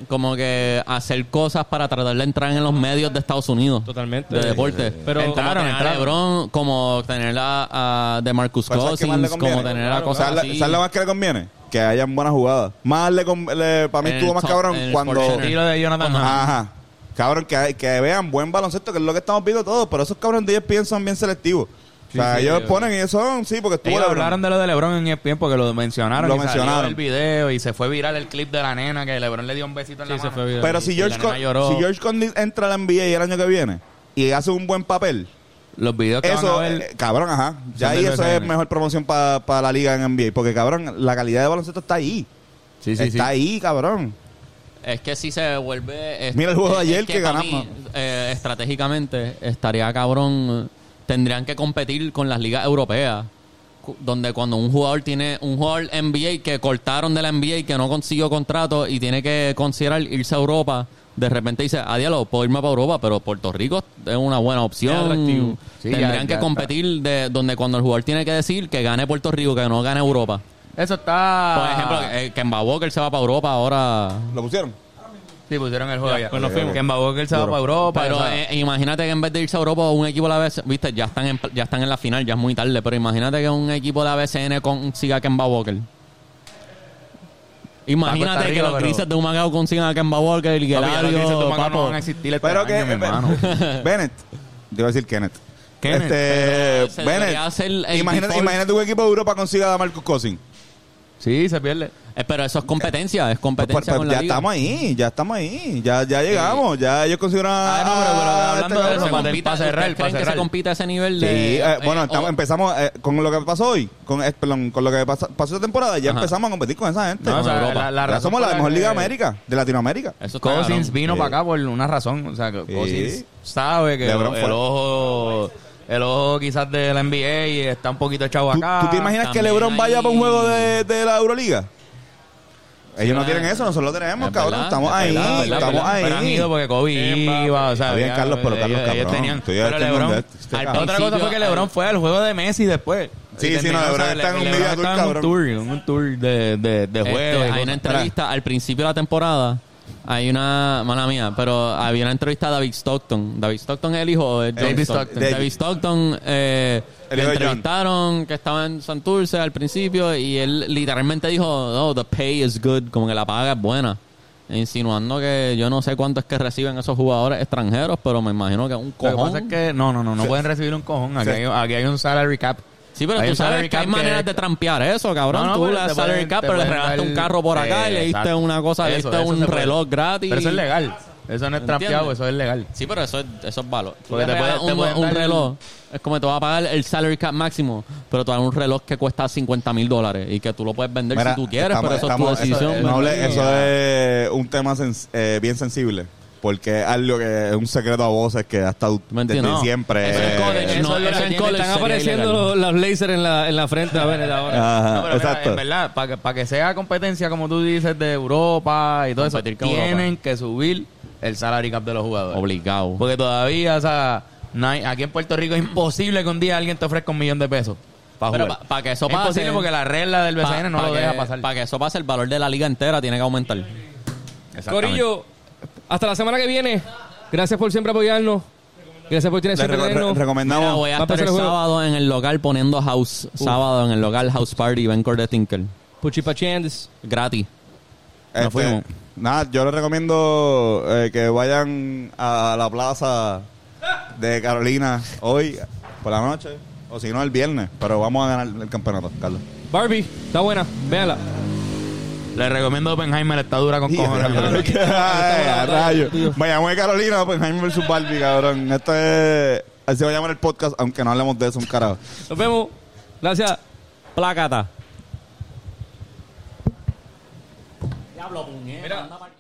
Speaker 4: como que hacer cosas para tratar de entrar en los medios de Estados Unidos.
Speaker 5: Totalmente.
Speaker 4: De deporte.
Speaker 5: Pero-
Speaker 4: Pero como
Speaker 5: Entraron,
Speaker 4: tener a
Speaker 5: entraron.
Speaker 4: LeBron, como tener a, a DeMarcus
Speaker 3: Cosas que más le
Speaker 4: Cousins, como
Speaker 3: conviene.
Speaker 4: tener a cosas
Speaker 3: ¿Sabes la-
Speaker 4: así.
Speaker 3: ¿sabes lo más que le conviene? Que hayan buenas jugadas. Más le, con- le- para mí
Speaker 4: En el
Speaker 3: estuvo más
Speaker 4: top-
Speaker 3: cabrón
Speaker 4: en el
Speaker 3: cuando.
Speaker 4: Sports
Speaker 1: El tiro de Jonathan Hunt.
Speaker 3: Ajá. Cabrón, que, hay- que vean buen baloncesto, que es lo que estamos viendo todos. Pero esos cabrones de ellos piensan bien selectivos. o sea, ellos ponen y ellos son, sí, porque estuvo
Speaker 1: Ellos
Speaker 3: LeBron.
Speaker 1: hablaron de lo de LeBron en E ESPN porque lo mencionaron.
Speaker 3: Lo
Speaker 1: y salió
Speaker 3: mencionaron.
Speaker 1: el video y se fue viral el clip de la nena que LeBron le dio un besito en
Speaker 5: Sí,
Speaker 1: la
Speaker 5: se
Speaker 1: mano.
Speaker 5: fue viral.
Speaker 3: Pero si
Speaker 1: Y
Speaker 3: George,
Speaker 1: la nena
Speaker 3: Con-
Speaker 1: lloró.
Speaker 3: si George Conley entra a la NBA el año que viene y hace un buen papel,
Speaker 1: Los videos que
Speaker 3: Eso,
Speaker 1: van a ver...
Speaker 3: eh, cabrón, ajá. Ya
Speaker 1: del
Speaker 3: ahí eso es
Speaker 1: BCN.
Speaker 3: mejor promoción para la liga en NBA. Porque, cabrón, la calidad de baloncesto está ahí.
Speaker 1: sí, sí, sí.
Speaker 3: está ahí, cabrón.
Speaker 4: Es que si se vuelve... es-
Speaker 3: Mira el juego de
Speaker 4: es
Speaker 3: ayer que
Speaker 4: pa'
Speaker 3: ganamos.
Speaker 4: mí, eh, estratégicamente estaría cabrón. Tendrían que competir con las ligas europeas. cu- Donde cuando un jugador tiene un jugador NBA que cortaron de la NBA que no consiguió contrato y tiene que considerar irse a Europa, de repente dice, adiós, puedo irme para Europa, pero Puerto Rico es una buena
Speaker 5: Es atractivo.
Speaker 4: opción.
Speaker 1: Sí, ya-
Speaker 4: Tendrían
Speaker 1: ya
Speaker 4: que
Speaker 1: está.
Speaker 4: competir de donde cuando el jugador tiene que decir que gane Puerto Rico, que no gane Europa.
Speaker 1: Eso está...
Speaker 4: Por ejemplo, eh, Kemba Walker se va para Europa ahora
Speaker 3: ¿Lo pusieron?
Speaker 1: Este Sí, pusieron el juego allá.
Speaker 5: pues nos fuimos.
Speaker 1: Que en Babó, él se va
Speaker 3: Duro.
Speaker 1: para Europa.
Speaker 4: Pero
Speaker 1: o sea,
Speaker 4: eh, imagínate que en vez de irse a Europa un equipo de la BCN, viste, ya están en, ya están en la final, ya es muy tarde, pero imagínate que un equipo de la BCN consiga a Kemba Walker.
Speaker 1: Paco está
Speaker 4: Imagínate que
Speaker 1: arriba,
Speaker 4: los
Speaker 1: pero-
Speaker 4: grises de un Humacao consigan a Kemba Walker y que
Speaker 1: papi, ya los grises de Humacao no van a existir este
Speaker 3: Pero
Speaker 1: año,
Speaker 3: que. eh,
Speaker 1: mi hermano.
Speaker 3: Bennett. Te iba a decir Kenneth.
Speaker 1: Kenneth.
Speaker 3: Este,
Speaker 4: se debería
Speaker 3: Bennett.
Speaker 4: hacer el
Speaker 3: Imagínate,
Speaker 4: default.
Speaker 3: imagínate un equipo de Europa consiga a Marcus Cousins.
Speaker 1: Sí, se pierde.
Speaker 4: Eh, pero eso es competencia,
Speaker 3: Pues,
Speaker 4: es
Speaker 3: pues,
Speaker 4: competencia
Speaker 3: pues,
Speaker 4: con
Speaker 3: ya
Speaker 4: la liga.
Speaker 3: estamos ahí, ya estamos ahí, ya, ya llegamos, ya ellos consideran...
Speaker 1: Ah, no, pero- pero
Speaker 3: a
Speaker 1: hablando de
Speaker 3: este
Speaker 1: eso,
Speaker 3: cabrón.
Speaker 1: para
Speaker 4: Compite-
Speaker 1: pa cerrar,
Speaker 4: ¿ustedes
Speaker 1: pa
Speaker 4: creen que
Speaker 1: cerrar.
Speaker 4: se compite a ese nivel
Speaker 3: Sí,
Speaker 4: de...
Speaker 3: eh,
Speaker 4: eh,
Speaker 3: bueno,
Speaker 4: o-
Speaker 3: estamos- empezamos eh, con lo que pasó hoy, con, eh, perdón, con lo que pasa- pasó esta temporada, ya
Speaker 4: Ajá.
Speaker 3: empezamos a competir con esa gente.
Speaker 1: No,
Speaker 4: No,
Speaker 1: o sea,
Speaker 4: Europa.
Speaker 1: la- la
Speaker 3: Ya
Speaker 1: razón
Speaker 3: somos la
Speaker 1: por
Speaker 3: mejor liga de
Speaker 1: que
Speaker 3: América, de Latinoamérica.
Speaker 4: Eso está
Speaker 1: Cousins
Speaker 4: cabrón.
Speaker 1: vino
Speaker 3: Sí.
Speaker 1: para acá por una razón. O sea, que
Speaker 3: Sí.
Speaker 1: Cousins sabe que el,
Speaker 3: LeBron fue.
Speaker 1: ojo... El ojo quizás de la NBA está un poquito echado
Speaker 3: ¿Tú,
Speaker 1: acá.
Speaker 3: tú te imaginas que
Speaker 4: también
Speaker 3: LeBron
Speaker 4: hay-
Speaker 3: vaya para un juego de, de la Euroliga? Ellos no tienen eso, nosotros lo tenemos,
Speaker 4: Es
Speaker 3: cabrón.
Speaker 4: verdad,
Speaker 3: estamos
Speaker 4: es
Speaker 3: ahí,
Speaker 4: verdad, es
Speaker 3: estamos
Speaker 4: verdad.
Speaker 3: ahí.
Speaker 1: Pero han ido porque Kobe iba, o sea,
Speaker 3: Está bien,
Speaker 1: ya, eh,
Speaker 3: Carlos, pero Carlos,
Speaker 1: ellos- ellos
Speaker 3: cabrón,
Speaker 1: tenían-
Speaker 3: tú ya
Speaker 1: pero
Speaker 3: estás en
Speaker 1: LeBron,
Speaker 3: donde- este
Speaker 1: al-
Speaker 3: cabrón.
Speaker 1: otra cosa fue que
Speaker 4: Al-
Speaker 1: LeBron fue al juego de Messi después.
Speaker 3: Sí,
Speaker 1: Y
Speaker 3: sí, no,
Speaker 1: terminó, o sea,
Speaker 3: LeBron
Speaker 1: le-
Speaker 3: está en un
Speaker 1: LeBron
Speaker 3: media
Speaker 1: está
Speaker 3: tour,
Speaker 1: en un tour, en un tour de, de, de
Speaker 4: Este,
Speaker 1: juegos y
Speaker 4: hay una
Speaker 1: cosas.
Speaker 4: entrevista al principio de la temporada. Hay una, mala mía, pero había una entrevista a David Stockton. David Stockton es el hijo de John
Speaker 3: David
Speaker 4: Stockton.
Speaker 3: Stockton.
Speaker 4: David Stockton eh,
Speaker 3: El
Speaker 4: le
Speaker 3: hijo de John.
Speaker 4: entrevistaron que estaba en Santurce al principio y él literalmente dijo, oh, the pay is good, como que la paga es buena. Insinuando que yo no sé cuánto es que reciben esos jugadores extranjeros, pero me imagino que un
Speaker 1: Lo que
Speaker 4: cojón.
Speaker 1: pasa es que no, no, no, no pueden recibir un cojón. Aquí,
Speaker 3: sí.
Speaker 1: hay, aquí hay un salary cap.
Speaker 4: Sí, pero
Speaker 1: Hay
Speaker 4: tú
Speaker 1: un
Speaker 4: sabes
Speaker 1: salary
Speaker 4: que hay
Speaker 1: cap
Speaker 4: maneras
Speaker 1: es-
Speaker 4: de trampear eso, cabrón.
Speaker 1: No, no,
Speaker 4: tú
Speaker 1: pero
Speaker 4: la
Speaker 1: te
Speaker 4: salary
Speaker 1: pueden-
Speaker 4: cap,
Speaker 1: te
Speaker 4: pero le
Speaker 1: pueden
Speaker 4: regalaste
Speaker 1: dar-
Speaker 4: un carro por acá y le
Speaker 1: Eh,
Speaker 4: diste
Speaker 1: exacto.
Speaker 4: una cosa, le
Speaker 1: Eso,
Speaker 4: diste
Speaker 1: eso se
Speaker 4: un
Speaker 1: puede.
Speaker 4: reloj gratis.
Speaker 1: Pero eso es legal. Eso no es trapeado,
Speaker 4: ¿Entiendes?
Speaker 1: eso es legal.
Speaker 4: Sí, pero eso, es- eso es valor. Tú
Speaker 1: Porque
Speaker 4: le
Speaker 1: te puede-
Speaker 4: regalas
Speaker 1: te
Speaker 4: un,
Speaker 1: pueden
Speaker 4: un
Speaker 1: dar-
Speaker 4: reloj. Es como te vas a pagar el salary cap máximo, pero te dan un reloj que cuesta 50 mil dólares y que tú lo puedes vender
Speaker 3: Mira,
Speaker 4: si tú quieres,
Speaker 3: estamos-
Speaker 4: pero eso
Speaker 3: estamos-
Speaker 4: es tu decisión.
Speaker 3: eso- no
Speaker 4: ¿me
Speaker 3: hable-
Speaker 4: entiendes?
Speaker 3: eso es un tema sens- eh, bien sensible. Porque es algo que es un secreto a voces que ha estado
Speaker 4: ¿Me
Speaker 3: desde
Speaker 4: entiendes? No.
Speaker 3: siempre.
Speaker 4: Eso es
Speaker 3: eh,
Speaker 4: college,
Speaker 1: eso
Speaker 4: no,
Speaker 1: es lo
Speaker 4: eso
Speaker 1: que
Speaker 4: en
Speaker 1: tiene-
Speaker 4: college
Speaker 5: Están
Speaker 4: sería
Speaker 5: apareciendo
Speaker 4: ilegal.
Speaker 5: los, los lasers en la, en la frente a ver ahora.
Speaker 3: ajá,
Speaker 1: No, pero mira,
Speaker 3: exacto.
Speaker 1: en verdad, para que, para que sea competencia, como tú dices, de Europa y todo eso,
Speaker 4: Competir con
Speaker 1: tienen que subir el salary cap de los jugadores.
Speaker 4: Obligado.
Speaker 1: Porque todavía, o sea, no hay- aquí en Puerto Rico es imposible que un día alguien te ofrezca un millón de pesos para
Speaker 4: Pero
Speaker 1: jugar.
Speaker 4: pa- pa' que eso
Speaker 1: es
Speaker 4: pase-
Speaker 1: imposible porque la regla del BCN no lo
Speaker 4: que,
Speaker 1: deja pasar.
Speaker 4: Para que eso pase, el valor de la liga entera tiene que aumentar.
Speaker 1: Exactamente.
Speaker 5: Corillo, hasta la semana que viene. Gracias por siempre apoyarnos. Gracias por tener
Speaker 3: Le
Speaker 5: siempre
Speaker 3: reco- re-
Speaker 5: tenernos.
Speaker 3: recomendamos.
Speaker 4: Mira, voy a
Speaker 5: va a
Speaker 4: estar
Speaker 5: pasar
Speaker 4: el
Speaker 5: el juego.
Speaker 4: sábado en el local poniendo house. Sábado en el local house party, Ben de Tinker.
Speaker 5: Puchipa Chandes.
Speaker 4: Gratis.
Speaker 3: Este,
Speaker 4: Nos fuimos.
Speaker 3: Nada, yo les recomiendo eh, que vayan a la plaza de Carolina hoy por la noche, o si no el viernes, pero vamos a ganar el campeonato, Carlos.
Speaker 5: Barbie, está buena. Véala.
Speaker 1: Le recomiendo Oppenheimer, está dura con cojones.
Speaker 3: Ay, a rayo. Me llamó de Carolina, pues Jaime versus Barbie, cabrón. Esto es. Así va a llamar el podcast, aunque no hablemos de eso, un carajo.
Speaker 5: Nos vemos. Gracias.
Speaker 4: Plácata. Diablo, puñeta. anda pa'l-